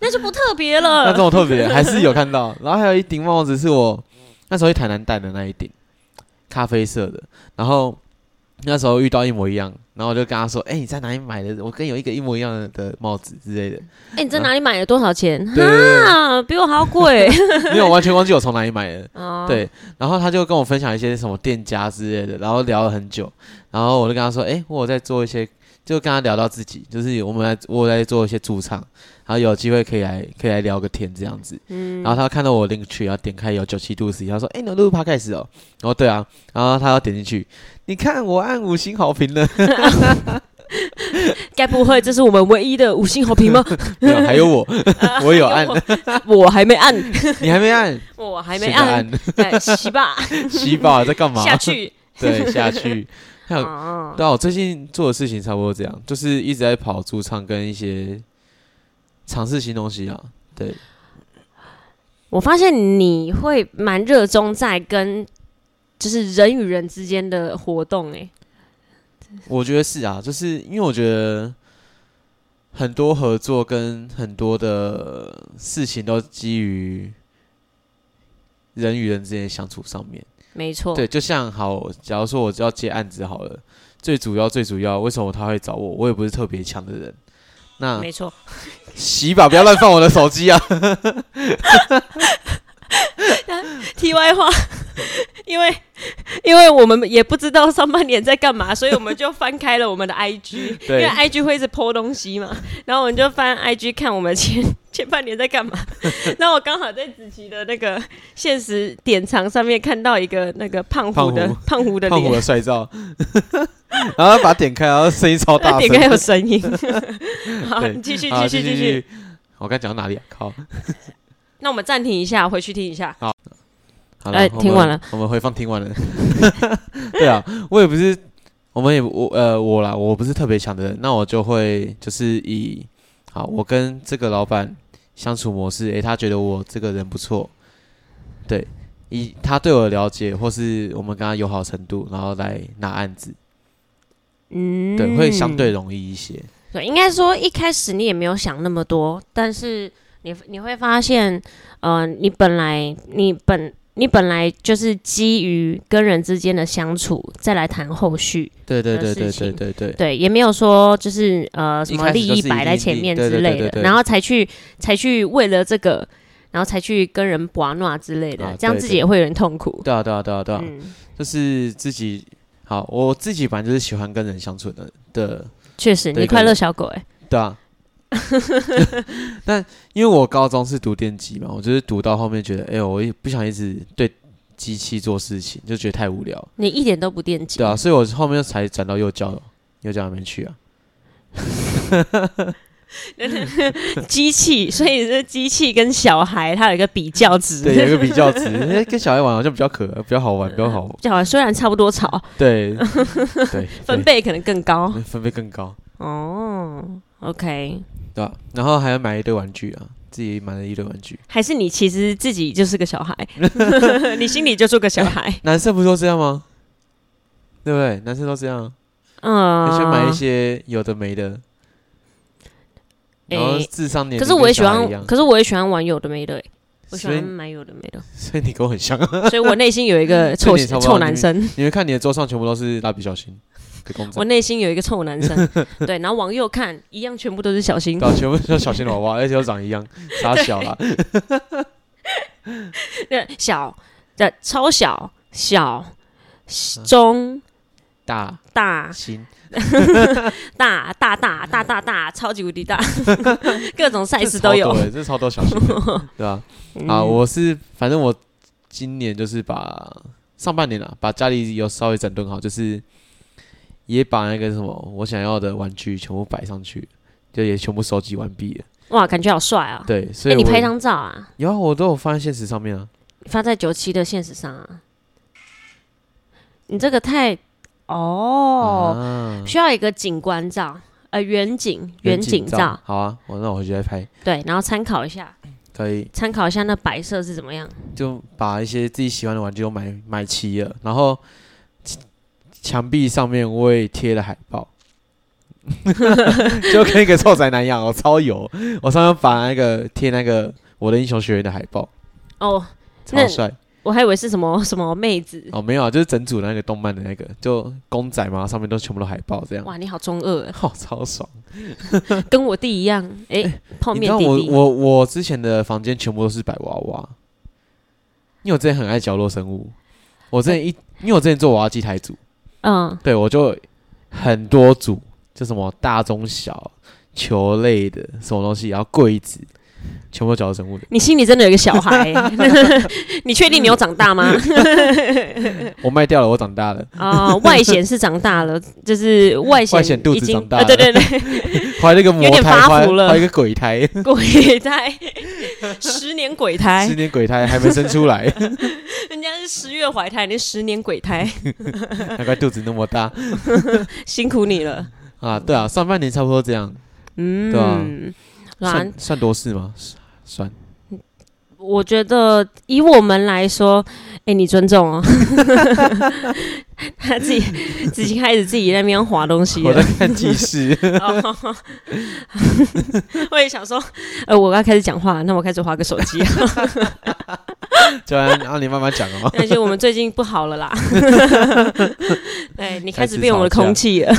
那就不特别
那
了
这。么特别还是有看到。然后还有一顶帽子是我那时候去台南戴的那一顶，咖啡色的。然后那时候遇到一模一样，然后我就跟他说：“哎、你在哪里买的？我跟有一个一模一样的帽子之类的。
哎，你在哪里买的？多少钱？
对对
啊，比我还要 贵。
因为我完全忘记我从哪里买的。
哦，
对，然后他就跟我分享一些什么店家之类的，然后聊了很久，然后我就跟他说，哎，我有在做一些，就跟他聊到自己，就是我们来我有在做一些驻唱，然后有机会可以来可以来聊个天这样子，
嗯，
然后他看到我 link 去，然后点开有九七度 C，他说，哎，你有录 podcast 哦，然后对啊，然后他要点进去，你看我按五星好评了，
该不会这是我们唯一的五星好 评吗？
没有，还有 我，我有按，
我还没按，
你还没按，
我还没
现在
按，哎，洗吧，
按，洗吧，在干嘛？
下， 去。
对，下去，还有
哦，
对啊，我最近做的事情差不多这样，就是一直在跑驻唱跟一些尝试新东西啊。对，
我发现你会蛮热衷在跟就是人与人之间的活动，哎，
我觉得是啊，就是因为我觉得很多合作跟很多的事情都基于人与人之间的相处上面。
没错，
对，就像好，假如说我要接案子好了，最主要最主要，为什么他会找我？我也不是特别强的人。那
没错，
洗吧，不要乱放我的手机啊！
题外话， 因为 因为我们也不知道上半年在干嘛，所以我们就翻开了我们的 IG，因
对
为 IG 会一直 PO 东西嘛，然后我们就翻 IG 看我们前 前半年在干 嘛。然后我刚好在子琪的那个现实典藏上面看到一个那个胖虎的胖虎的
胖虎
脸，
的帅照， 然后把它点开，然后声音超
他
大
点
声。
开有声 音。好，
对
你继续
好
继续继续。。
我刚讲到哪里啊？靠，
那我们暂停一下，回去听一下。
好了，
哎
我们
听完了，
我们回放听完了。 对啊，我也不是，我们也我呃我啦，我不是特别强的人，那我就会就是以好，我跟这个老板相处模式，诶、他觉得我这个人不错，对，以他对我的了解或是我们跟他友好程度，然后来拿案子，
嗯，
对，会相对容易一些。
对，应该说一开始你也没有想那么多，但是你你会发现，呃，你本来你本你本来就是基于跟人之间的相处，再来谈后续，
对对
的
对
事
对对
情
对对。
对，也没有说就是呃什
一
么
开始
利
就
益
是一
摆在
定
前
利
面
对
之
对
类
对
的，
对
然后才去才去为了这个，然后才去跟人玩闹之类的，
啊
这样
对
自己
对
也会有点痛苦。
对啊，对啊，对啊，对啊，
嗯，
就是自己好，我自己反正就是喜欢跟人相处的的，
确实，
对
你
对
快
对
乐小狗哎、
对啊。 但因为我高中是读电机嘛，我就是读到后面觉得，哎、呦，我也不想一直对机器做事情，就觉得太无聊，
你一点都不惦记。
对啊， 所以我后面才转到幼教，幼教那边去啊。
机器，所以这机器跟小孩它有一个比较值。
对，有一个比较值， 哎跟小孩玩好像比较可爱，比较好玩，
嗯
比较好玩。
小孩虽然差不多吵，
对，对，嗯
分贝可能更高。
对分贝更高，
哦，OK，
对吧、啊然后还要买一堆玩具啊，自己买了一堆玩具。
还是你其实自己就是个 小孩，你心里就是个小孩。
男生不都这样吗？对不对？男生都这样啊，
嗯，
要去买一些有的没的，然后
诶
智商年
可
龄
是我也
跟
喜
小孩一
欢，
样，
可是我也喜欢玩有的没的欸，我喜
所以
欢买有的没的，
所以你跟我很像，啊
所以我内心有一 个臭
跟你差不多
臭男生，
你们看你的桌上全部都是蜡笔小新的公仔
我，内心有一个臭男生，对，然后往右看，一样全部都是小新
对，啊，全部都是小新的娃娃，而且都长一 样，傻小啦，
对，小的超小小中
大
大
新，
大大大大大大，超级无敌大， 各种
这
size
超
都有嗯
多。的，欸这超多 啊小新的，对吧？啊，我是反正我今年就是把上半年啊，把家里有稍微整顿好，就是也把那个什么我想要的玩具全部摆上去，就也全部收集完毕了。
哇，感觉好帅啊！
对，所
哎、
以
你
我
拍张照啊，
有啊，我都有放在现实上面啊。
发在九七的现实上啊。你这个太哦，
啊，
需要一个景观照，呃，远景远景照，
好啊，我那我回去再拍，
对，然后参考一下，
可以
参考一下那摆设是怎么样。
就把一些自己喜欢的玩具都买买齐了，然后墙墙壁上面我也贴了海报， 就跟一个臭宅男一样，我超油，我上面把那个贴那个我的英雄学院的海报，
哦，
超
那
帅
我还以为是什么什么妹子。
哦，没有啊，就是整组那个动漫的那个，就公仔嘛，上面都全部都海报这样，
哇，你好中二啊，
好、超爽。
跟我弟一样。哎、泡
你
面
知道
弟
我
弟，
我我之前的房间全部都是摆娃娃，因为我之前很爱角落生物，我之前一、因为我之前做娃娃机台组，
嗯，
对我就很多组，就什么大中小球类的什么东西，然后柜子全部都角落生物的，
你心里真的有一个小 孩、你确定你有长大吗？
我卖掉了，我 长大了，
啊、外显是长大了，就是外显
外显肚子
已经
长大了
呃对对 对，
怀了一个魔
有点
胎，
发
怀
福了
怀一个鬼 胎，
鬼胎，十年鬼胎
十，年鬼胎还没生出来，
人家是十月怀胎，你是十年鬼胎，
难怪肚子那么大
辛苦你了。
啊！对啊，上半年差不多这样，
嗯，
对啊
然
算算多事吗？算。
我觉得以我们来说，哎、你尊重哦。 他自己自己开始自己在那边划东西
我在
了。
看记事，
哦 我也想说，呃，我要开始讲话，那我开始划个手 机。
就让让你慢慢讲哦。
但是我们最近不好了 啦。对你开始变我的空气了。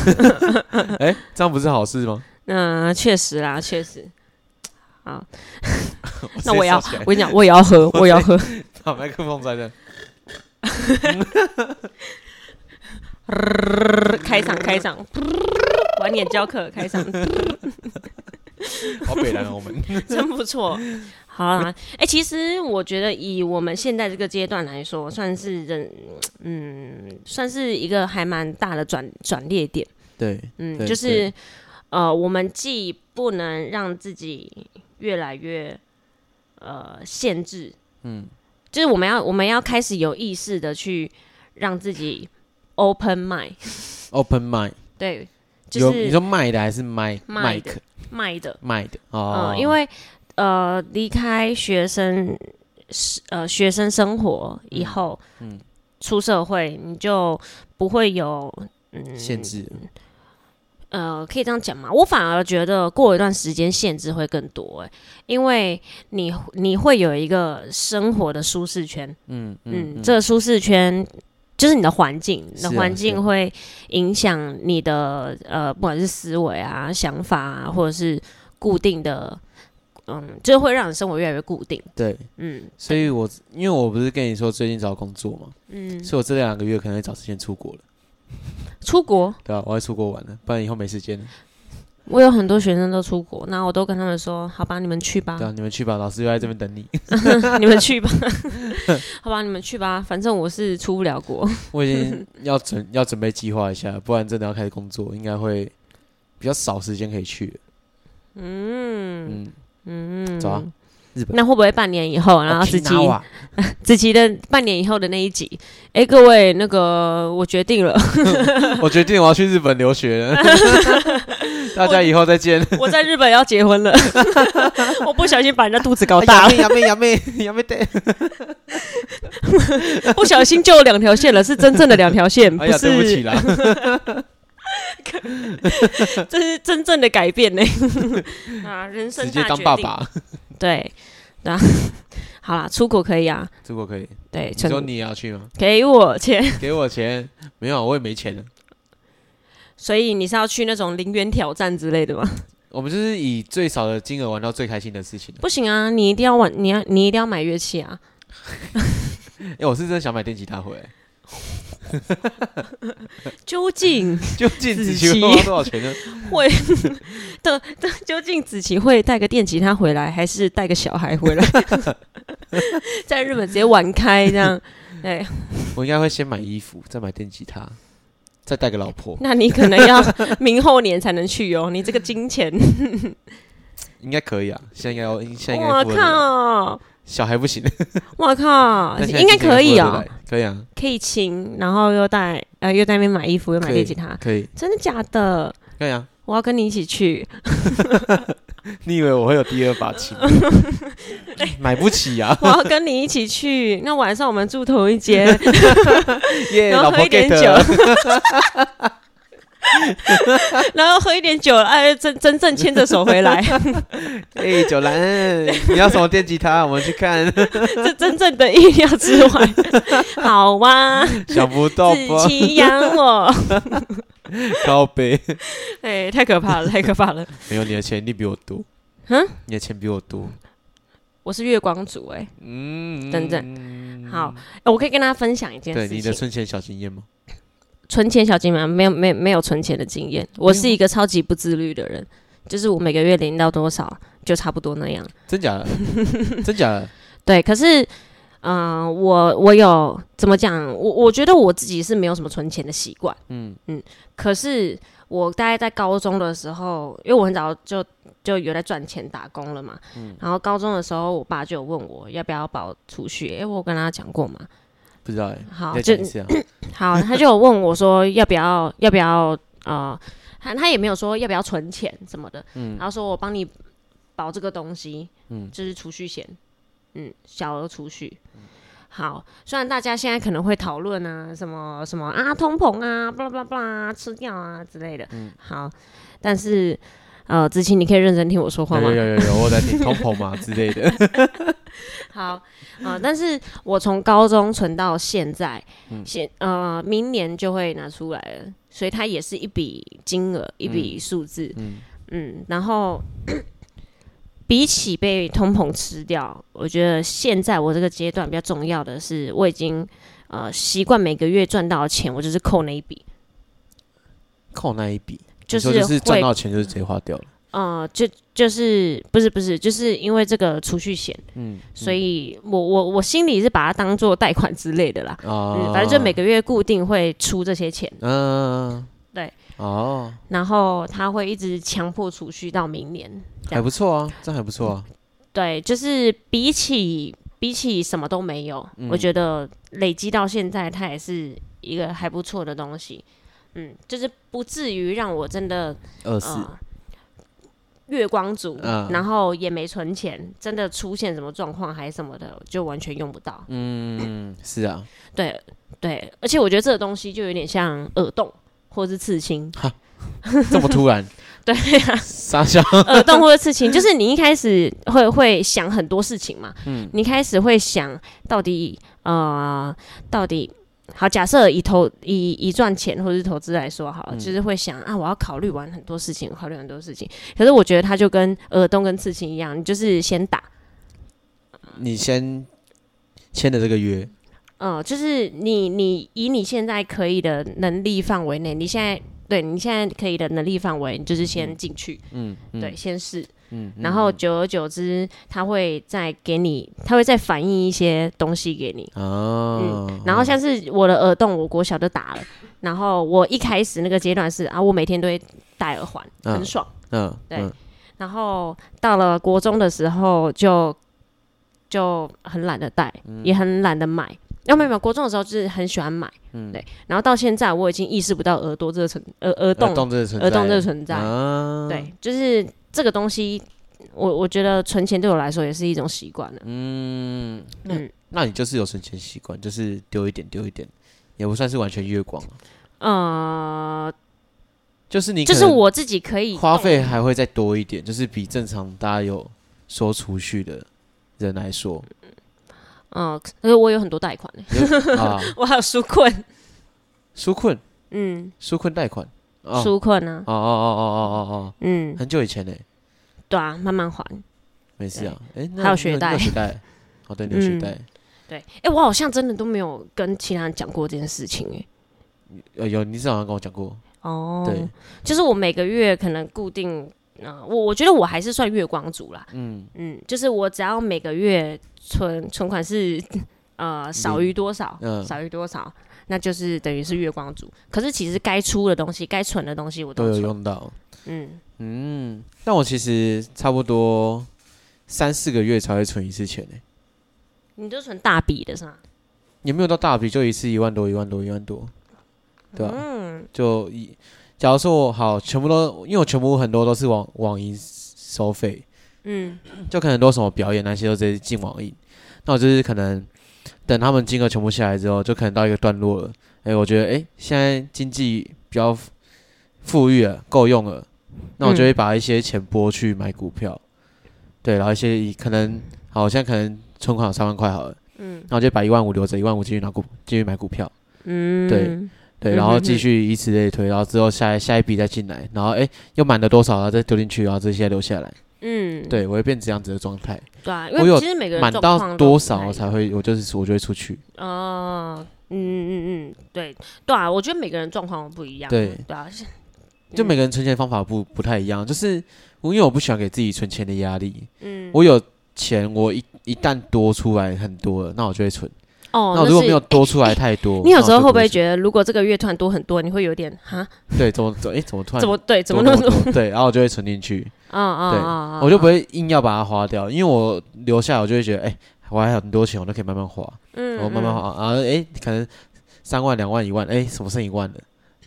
哎、这样不是好事吗？
嗯，确实啦，确实。 好，
直接
那我也要
烧起来，
我跟你讲，我也要喝，我也要喝。
把啊麦克风在这。
开场，开场，晚点教课，开 场，
好北南哦我们
真不错。好啦，哎、其实我觉得以我们现在这个阶段来说，算是人，嗯，算是一个还蛮大的转转捩点。
对，
嗯，
对
就是呃，我们既不能让自己越来越呃限制，嗯，就是我们要我们要开始有意识的去让自己 open mind，
open mind，
对，就
有你
是
说卖的还是麦麦
麦的
克
卖的，
卖的
嗯、
哦，
因为呃离开学生是呃学生生活以后，
嗯
出社会你就不会有嗯
限制
呃，可以这样讲吗？我反而觉得过一段时间限制会更多、欸，因为你你会有一个生活的舒适圈，
嗯
嗯，这个舒适圈就是你的环境，你的
是啊
环
是啊
境会影响你的呃，不管是思维啊、想法啊，或者是固定的，嗯，就会让你生活越来越固定，
对，
嗯
所以我因为我不是跟你说最近找工作嘛，
嗯，
所以我这两个月可能会找时间出国了，
出国。
对吧、我要出国玩了，不然以后没时间了。
我有很多学生都出国，那我都跟他们说，好吧，你们去吧
对。啊，你们去吧，老师就在这边等你。
你们去吧， 好吧，你们去吧，反正我是出不了国。
我已经要准要准备计划一下，不然真的要开始工作，应该会比较少时间可以去了。
嗯
嗯，
嗯，
走啊日本
那会不会半年以后，然后子琪
啊，
子琪的半年以后的那一集？哎，各位，那个我决定了，
我决定我要去日本留学了，大家以后再见。
我在日本要结婚了， 我不小心把人家肚子搞大
大
了，
妹，妹，杨妹，杨妹对，
不小心就有两条线了，是真正的两条线，
哎 哎呀，对不起
是，
啦，
这是真正的改 变呢。啊，人生
直接
大
当
决
爸
定，
爸，
对，那 好啦，出国可以啊，
如果可以，
对，
你说
存
你也要去吗？
给我钱。
给我钱，没有，我也没钱了。
所以你是要去那种零元挑战之类的吗？
我们就是以最少的金额玩到最开心的事情。
不行啊，你一定要玩，你要你一定要买乐器啊！
哎、我是真的想买电吉 他回来，
究竟
究竟
子
只需
琪
要花多少钱呢？
会的的，究竟子琪会带个电吉他 回来，还是带个小孩回来，在日本直接玩开这样？对，
我应该会先买衣服，再买电吉他，再带个老婆，
那你可能要明后年才能去哦。你这个金钱，
应该可以啊。现在应该要，现在应该
我
付得来
靠，
小孩不行，
我靠，
但现在
应该可以
付
哦
得，来，可以啊，
可以亲，然后又带呃又在那边买衣服，又买
可以
电吉他，
可以，
真的假的？
可以啊。
我要跟你一起 去，
你以为我会有第二把 琴？买不起 啊！
我要跟你一起去。那晚上我们住同一 间，
耶，
然后
老婆
喝一点
get
酒
了，
然后喝一点酒，哎，真真正牵着手回来，
哎，九兰，你要什么电吉他？我们去看，
这真正的意料之外。好啊哇，
想不到吧
自？欺养我，
高杯，
哎，太可 怕了，太可怕了。
没有你的钱一定比我多。
嗯，
你的钱比我多。
我是月光族哎、
嗯，
等
等
好，呃我可以跟大家分享一件
对
事情。
你的存钱小经验吗？
存钱小金嘛，没有没有没有存钱的经验。我是一个超级不自律的人，就是我每个月领到多少就差不多那样。
真假 的？真假的？
对，可是，嗯、我我有怎么讲？我我觉得我自己是没有什么存钱的习惯。
嗯
可是我大概在高中的时候，因为我很早就就有在赚钱打工了嘛，
嗯
然后高中的时候，我爸就有问我要不要保储蓄，诶、我有跟他讲过嘛，
不知道哎。
好
你再
就嗯
讲一次啊。
好，他就有问我说要不要要不要呃，他他也没有说要不要存钱什么的，然后说我帮你保这个东西，
嗯
就是储蓄险，嗯，小额储蓄。好，虽然大家现在可能会讨论啊，什么什么啊，通膨啊，巴拉巴拉巴拉，吃掉啊之类的，好，但是呃，子晴，你可以认真听我说话
有
吗？
有有有，我在听通膨 嘛之类的。
好，啊、但是我从高中存到现在，
嗯
现呃明年就会拿出来了，所以它也是一笔金额，一笔数字，嗯然后比起被通膨吃掉，我觉得现在我这个阶段比较重要的是，我已经呃习惯每个月赚到的钱，我就是扣那一笔，
扣那一笔，
就
你说
是
就是
会
赚到钱就是直接花掉了。
呃，就就是不是不是，就是因为这个储蓄险，
嗯
所以我我我心里是把它当做贷款之类的啦。
啊
嗯，，反正就每个月固定会出这些钱，
嗯
对
哦，
然后他会一直强迫储蓄到明年。这样
还不错啊，这样还不错啊。
对，就是比起比起什么都没有，我觉得累积到现在，它也是一个还不错的东西。嗯，就是不至于让我真的
二四
呃月光族，
嗯
然后也没存钱，真的出现什么状况还是什么的，就完全用不到。
嗯是啊，
对对，而且我觉得这个东西就有点像耳洞或是刺青，
这么突然，
对啊，
傻笑。
耳洞或者刺青，就是你一开始会会想很多事情嘛，你一开始会想到底呃到底。好，假设以投以以赚钱或者是投资来说，好了，就是会想啊，我要考虑完很多事情，考虑很多事情。可是我觉得它就跟耳洞跟刺青一样，你就是先打，
你先签的这个约，
嗯、就是你你以你现在可以的能力范围内，你现在对你现在可以的能力范围，你就是先进去，
嗯，嗯
对，，先试，
嗯，嗯
然后久而久之，他会再给你，他会再反映一些东西给你。
哦，
然后像是我的耳洞，我国小就打了。然后我一开始那个阶段是啊，我每天都会戴耳环，
嗯
很爽。
嗯，
对
嗯
然后到了国中的时候就，就很懒得戴，
嗯
也很懒得买。要没有没有，国中的时候就是很喜欢买，
嗯
对。然后到现在，我已经意识不到耳朵这个存耳耳洞
呃耳洞这个存在，
耳洞这个存在，
啊，
对，就是这个东西，我我觉得存钱对我来说也是一种习惯了。啊
嗯，
嗯
那你就是有存钱习惯，就是丢一点丢一点，也不算是完全月光啊，
呃，
就是你
就
可
是
能
我自己可以
花
动
费还会再多一点，就是比正常大家有说储蓄的人 来说
嗯，可是我有很多贷款 欸、
啊，
我还有纾困，
纾困
嗯，
纾困贷款啊，哦
纾困啊，
哦哦哦哦哦
嗯
哦，，很久以前嘞，
对啊，慢慢还。
没事啊，哎，那
还有
你
学
你
贷
学贷，哦对，你有学
嗯
贷，
对，哎、我好像真的都没有跟其他人讲过这件事情、欸，
呃有，你之前好像跟我讲过，
哦，
对，，
就是我每个月可能固定，嗯、我我觉得我还是算月光族啦，
嗯
嗯，就是我只要每个月存存款是。呃少于多少，
嗯
少于多少，那就是等于是月光族。可是其实该出的东西、该存的东西我
都有
存，
用到。
嗯，
嗯，但我其实差不多三四个月才会存一次钱呢、欸
你就存大笔的是吗？
也没有到大笔，就一次一万多、一万多、一万多，对吧、
嗯，
就一，假如说我好，全部都，因为我全部很多都是网网银收费，
嗯
就可能很多什么表演那些都直接进网银，那我就是可能等他们金额全部下来之后，就可能到一个段落了，哎、我觉得哎、现在经济比较富富裕了，够用了，那我就
嗯
会把一些钱拨去买股票，对，然后一些以可能好，我现在可能存款有三万块好了，
嗯
那我就把一万五留着，一万五继续拿股继续买股票。
嗯，
对，对，
嗯
然
哼
后
哼
继续以此类推，然后之后下一下一笔再进来，然后哎又满了多少，然后再丢进去，然后这些留下来。
嗯，
对，我会变这样子的状态，
对啊，
我
因
有
为其实每个人
满
状
到
况
多
都不太
少
一
才
样
会，我就是我就会出去。
哦，嗯嗯嗯，对对啊，我觉得每个人状况不一样，
对
对啊，是
就
嗯
每个人存钱的方法不不太一样，就是我因为我不喜欢给自己存钱的压力，
嗯，
我有钱，我一一旦多出来很多了，那我就会存。
哦，
那我如果没有
是
多出来太多，
你有时候会
不
不会
得
觉得，如果这个月突然多很多，你会有点哈，
对怎么怎么哎怎么突然
怎么对，怎么
多
那么
那
多？
么多？对，然后我就会存进去。
啊啊
对
啊啊！
我就不
会，
会硬要把它花掉，因为我留下来我就会觉得，哎、我还有很多钱，我都可以慢慢花，
嗯
我慢慢，花，然后哎、可能三万、两万、一万，哎、什么剩一万了，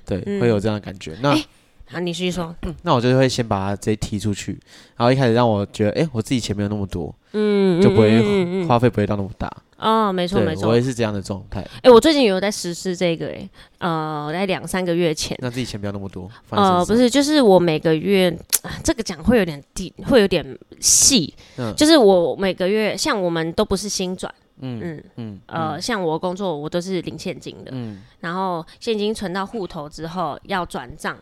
对，
嗯
会有这样的感觉。那、
哎嗯好，你继续说，
那我就会先把它直接提出去，然后一开始让我觉得，哎、我自己钱没有那么多，
嗯，
就不会、
嗯嗯嗯
花费不会到那么大，
哦，没错
对
没
我
错。
也是这样的状态，
哎，我最近有在实施这个，哎，呃，在两三个月前，
让自己钱不要那么多。放在身
呃，
上
不，是，就是我每个月，啊这个讲会有点低，会有点细，
嗯
就是我每个月，像我们都不是新转，
嗯
嗯。
嗯
呃，像我工作我都是领现金的，
嗯
然后现金存到户头之后要转账，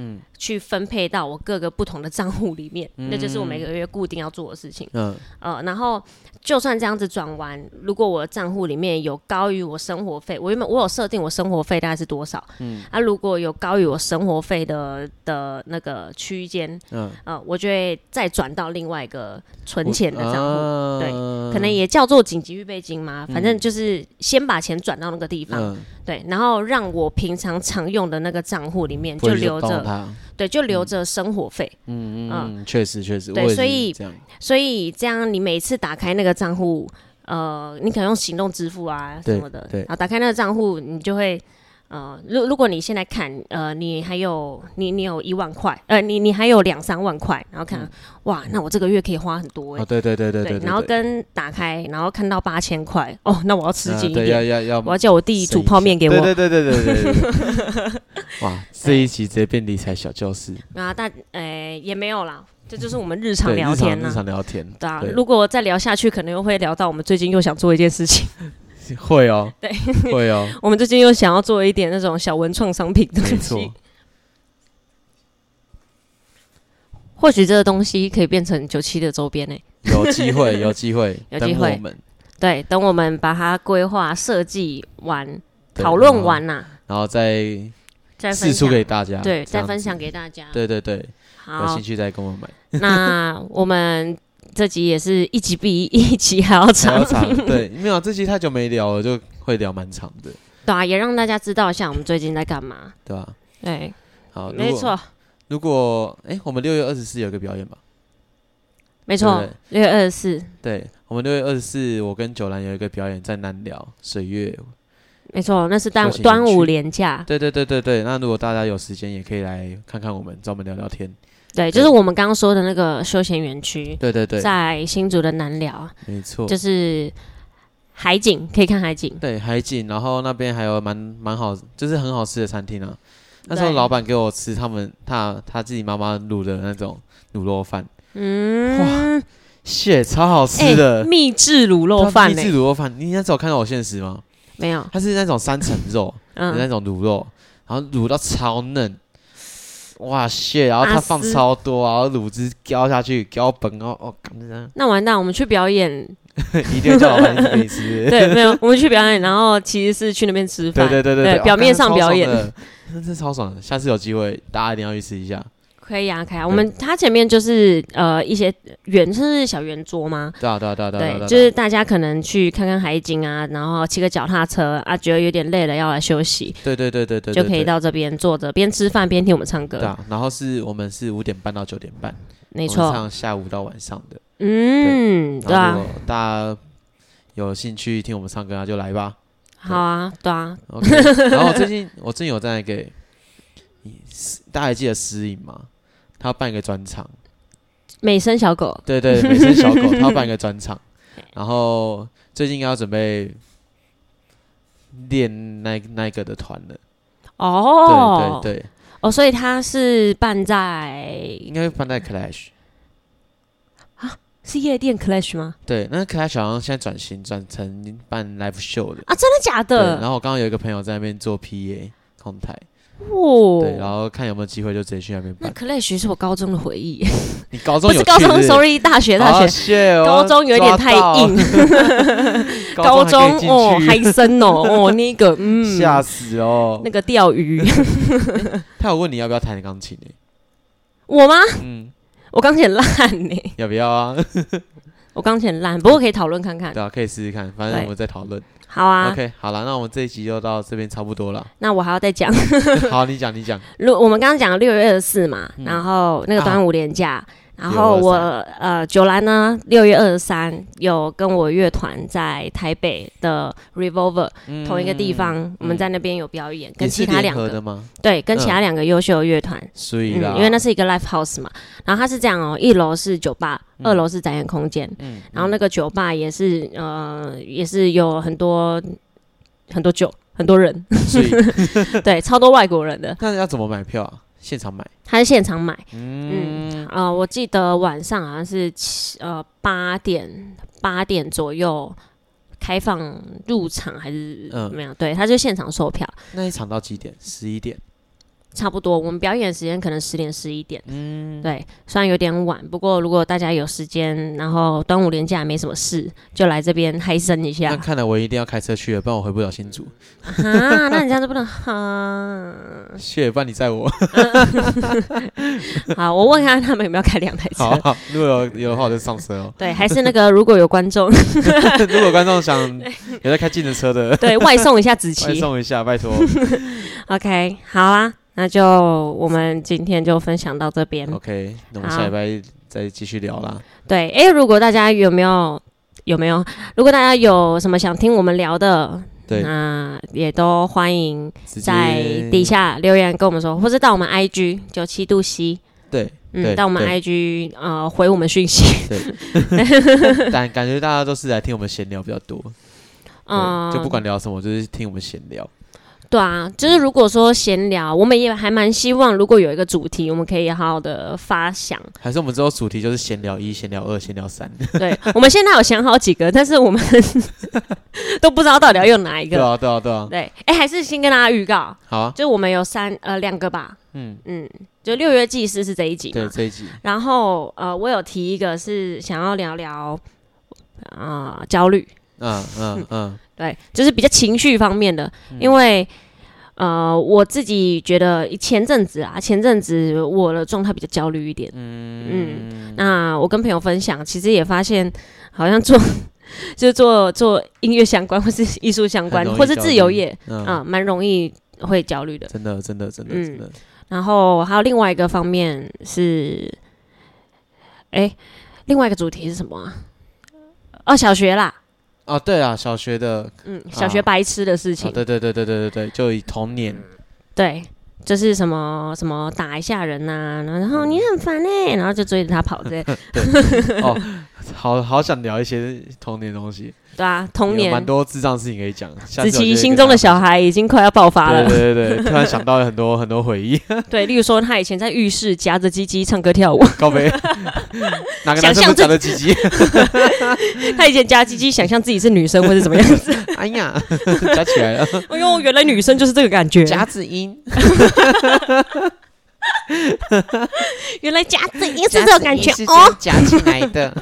嗯
去分配到我各个不同的账户里面，那就是我每个月固定要做的事情。
嗯
呃，然后就算这样子转完，如果我的账户里面有高于我生活费，我原本我有设定我生活费大概是多少，嗯，啊，如果有高于我生活费的的那个区间，
嗯，
呃，我就会再转到另外一个存钱的账户。
户
对可能也叫做紧急预备金嘛，反正
啊嗯
就是先把钱转到那个地方，
嗯，
对，然后让我平常常用的那个账户里面
不
就
会
留
动
着，
它。
对，就留着生活费。
嗯嗯
嗯
嗯，确实确实，
对
我也
所
是
以
这样，
所以这样，你每次打开那个账户，呃，你可能用行动支付啊
对
什么的，
对
然后打开那个账户，你就会，呃，如如果你现在看，呃，你还有你你有一万块，呃，你你还有两三万块，然后看，哇，那我这个月可以花很多哎、
嗯哦，对对对对对，
然后跟打开，然后看到八千块，哦，那我要吃
啊
紧一
对
点，
要要要，
我要叫我弟
省
煮
一
泡
下
面给我。
对对对对对对对对。 哇，这一集直接变理财小教室，
啊，但诶、也没有啦，这就是我们日常
对，
聊
日
天
常
呢、
日常聊天，
对啊
对，
如果再聊下去，可能又会聊到我们最近又想做一件事情，
会哦，
对，
会 哦，
我们最近又想要做一点那种小文创商品的
没
东
错
西。，或许这个东西可以变成九七的周边呢、
有机会，有机会，
有
等
机会
我们
对，等我们把它规划设计完、
对
讨
然
论
后
完啦、
然后再
再分
试出
享。
给大家，
对，
这
再
样
分
子
享。给大家。
对对对，有
好
兴，趣再跟我买，
那我们这集也是一集比一集还要
还
长
要，长对，没有这集太久没聊了，就会聊蛮长的，
对啊，也让大家知道一下我们最近在干嘛。
对吧？
对，
好，如
没
果
错。。
如果哎，我们六月二十四有个表演吧？
没错，六月二十四，
对，我们六月二十四，我跟九兰有一个表演在南寮水月。
没错，那是端
休闲
端
园
午
区
连假，
对对对对对，那如果大家有时间，也可以来看看我们，找我们聊聊天。
对，就是我们刚刚说的那个休闲园区，
对对对，哦
在新竹的南寮，
没错，
就是海景，可以看海景。
对海景，然后那边还有蛮蛮好，就是很好吃的餐厅啊。那时候
对
老板给我吃他们他他自己妈妈卤的那种卤肉饭，
嗯，
shit，超好
哎
吃的。
秘制卤肉
他
饭欸呢
秘制？卤肉饭，你那时候有看到我现实吗？
没有，
它是那种三层肉，的那
嗯，
种卤肉，然后卤到超嫩，哇塞！然后它
阿
放
斯
超多，然后卤汁浇下去，浇本哦哦，感觉
那完蛋，我们去表演，
一定会叫老板一直给你吃。
对，没有，我们去表演，然后其实是去那边吃饭，
对对对对，哦
表面上表演，
真是超爽的。下次有机会大家一定要去吃一下。
可以啊，可以啊。我们它前面就是呃一些圆，是小圆桌吗？
对啊对啊对啊对啊
对
对啊，，
就是大家可能去看看海景啊，然后骑个脚踏车啊，觉得有点累了要来休息，
对对对对对，
就
对
可以
对
到这边坐着，边吃饭边听我们唱
对
歌。
啊。然后是我们是五点半到九点半，
没
我们
错，
上下午到晚上的。
嗯，对
然
啊
后如，果大家有兴趣听我们唱歌，那啊就 来吧。
好啊，对啊，
OK，然后我最近我最近有在给，大家还记得诗颖吗？他要办一个专场，
美声小狗，
对对，美 声小狗，他要办一个专场，然后最近应该要准备练那那个的团了，
哦，
对对对，
哦，所以它是办在
应该会办在 Clash，
是夜店 Clash 吗？
对，那 Clash 好像现在转型转成办 live show 的，
啊，真的假
对，
的
然？后我刚刚有一个朋友在那边做 PA 控台，对，然
哇，
后看有没有机会就直接去那边
哦那
办，
Clash 是我高中的回忆，
你高中
不
有
是
去
高中
不啊
，sorry，大学大学。
学
高中有一点太硬，高
哦 高
中
中
哦
还可以进去
还深哦哦那个嗯，
吓死哦
那！个钓鱼，
他有问你要不要弹钢琴欸呢？
我吗？
嗯，
我钢琴很烂呢、
要不要啊？
我钢琴很烂，不过可以讨论看看。
对啊，可以试试看，反正
对
我们再讨论。
好啊
OK，好了，那我们这一集就到这边差不 多了。
那我还要再讲，
好，你讲，你讲。
如我们刚刚讲六月二十四嘛、
嗯啊
然后那个端午连假，然后
623
我呃九兰呢六月二十三有跟我乐团在台北的 Revolver、
嗯
同一个地方、我们在那边有表演，跟
也嗯
其
是
他
联
两
合
个
的吗？
对，跟其他两个优秀的乐团、嗯
所以啦，
因为那是一个 live house 嘛，然后它是这样哦，一楼是酒吧，二楼是展演空间，
嗯，
然后那个酒吧也是呃也是有很多很多酒，很多 人，
所 以
对，超多外国人的，
那要怎么买票啊？现场买。
他是现场买，
嗯，
呃，我记得晚上好像是七呃八点八点左右开放入场还是
嗯
怎么样？对，他就现场售票，
那一场到几点？十一点。
差不多我们表演时间可能十点十一点。
嗯，
对，虽然有点晚，不过如果大家有时间，然后端午连假也没什么事，就来这边嗨森一下
那看来我一定要开车去了，不然我回不了新竹。
啊！那你这样就不能啊哈。
谢，不然你载 我。
好，我问看他们有没有开两台车
好。好，如果有有的话，我就上车 哦。
对，还是那个，如果有观众
如果观众想有在开计程 车的，
对外送一下子
外
琪，
送一下，拜 托。
OK，好啊，那就我们今天就分享到这边。
OK，那我们
好
下礼拜再继续聊啦。
对，诶，如果大家有没有有没有，如果大家有什么想听我们聊的，
对，
那也都欢迎
直接
在底下留言跟我们说，或者到我们 IG 九七度 C，
对
嗯，
对
到我们
对
IG 呃回我们讯息，
感感觉大家都是来听我们闲聊比较多，
嗯
嗯，，就不管聊什么，就是听我们闲聊。
对啊，就是如果说闲聊，我们也还蛮希望，如果有一个主题，我们可以好好的发想。
还是我们之后主题就是闲聊一、闲聊二、闲聊三，
对，我们现在有想好几个，但是我们 都不知道到底要用哪一
对
个。
啊，对啊，对啊，
对，哎、还是先跟大家预告，
好啊，
就我们有三呃两个吧，
嗯，
嗯，就六月祭司是这一集
对
嘛，
这一集，
然后呃我有提一个是想要聊聊啊、呃焦虑，
嗯 嗯嗯，
对，就是比较情绪方面的，因为。呃，我自己觉得前阵子啊，前阵子我的状态比较焦虑一点，嗯那我跟朋友分享，其实也发现，好像做 就是做做音乐相关，或是艺术相关
很容，易
或是
焦
自由
虑
业啊，
嗯，
蛮、容易会焦虑的。
真的真的真的
嗯
真的，
然后还有另外一个方面是，哎、另外一个主题是什么啊？哦，小学啦，
哦，对啊，小学的，
嗯，小学白痴的事情，
哦对对对对对对对，就以童年，
对，就是什么什么打一下人呐、然后你很烦哎、然后就追着他跑之类，
哦，好好想聊一些童年的东西，
对啊，童
有蛮
年，
多智障事情可以讲。下
子
次我觉
琪
得
心
可以
中的
跟大
小孩已经快要爆发
家
了
分。享，对对对对，突然想到很多很多回忆，
对，例如说他以前在浴室夹着鸡鸡唱歌跳舞，
告别哪个
想
男生
象
不
自
讲的鸡 鸡？
他以前夹鸡鸡想象自己是女生或是怎么样子。
哎呀，
啊
夹起来了，
哎呦，原来女生就是这个感觉，
子音，
原来夹子也是这种感觉哦。，
夹起来的，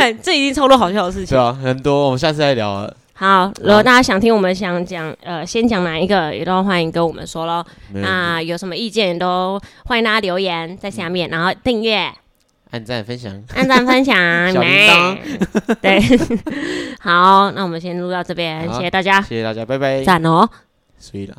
哎，这已经超多好笑的事
对
情。
啊，很多，我们下次再聊啊。
好，如果大家想听我们想讲，呃，先讲哪一个，也都欢迎跟我们说喽。
没有问题，
那有什么意见也都欢迎大家留言在下面，然后订阅、
按赞分享，，
按赞、分享
小铃铛
咩 对， 好，那我们先录到这边，
好
谢谢大家，
谢谢大家，拜拜。
赞哦。
所以啦。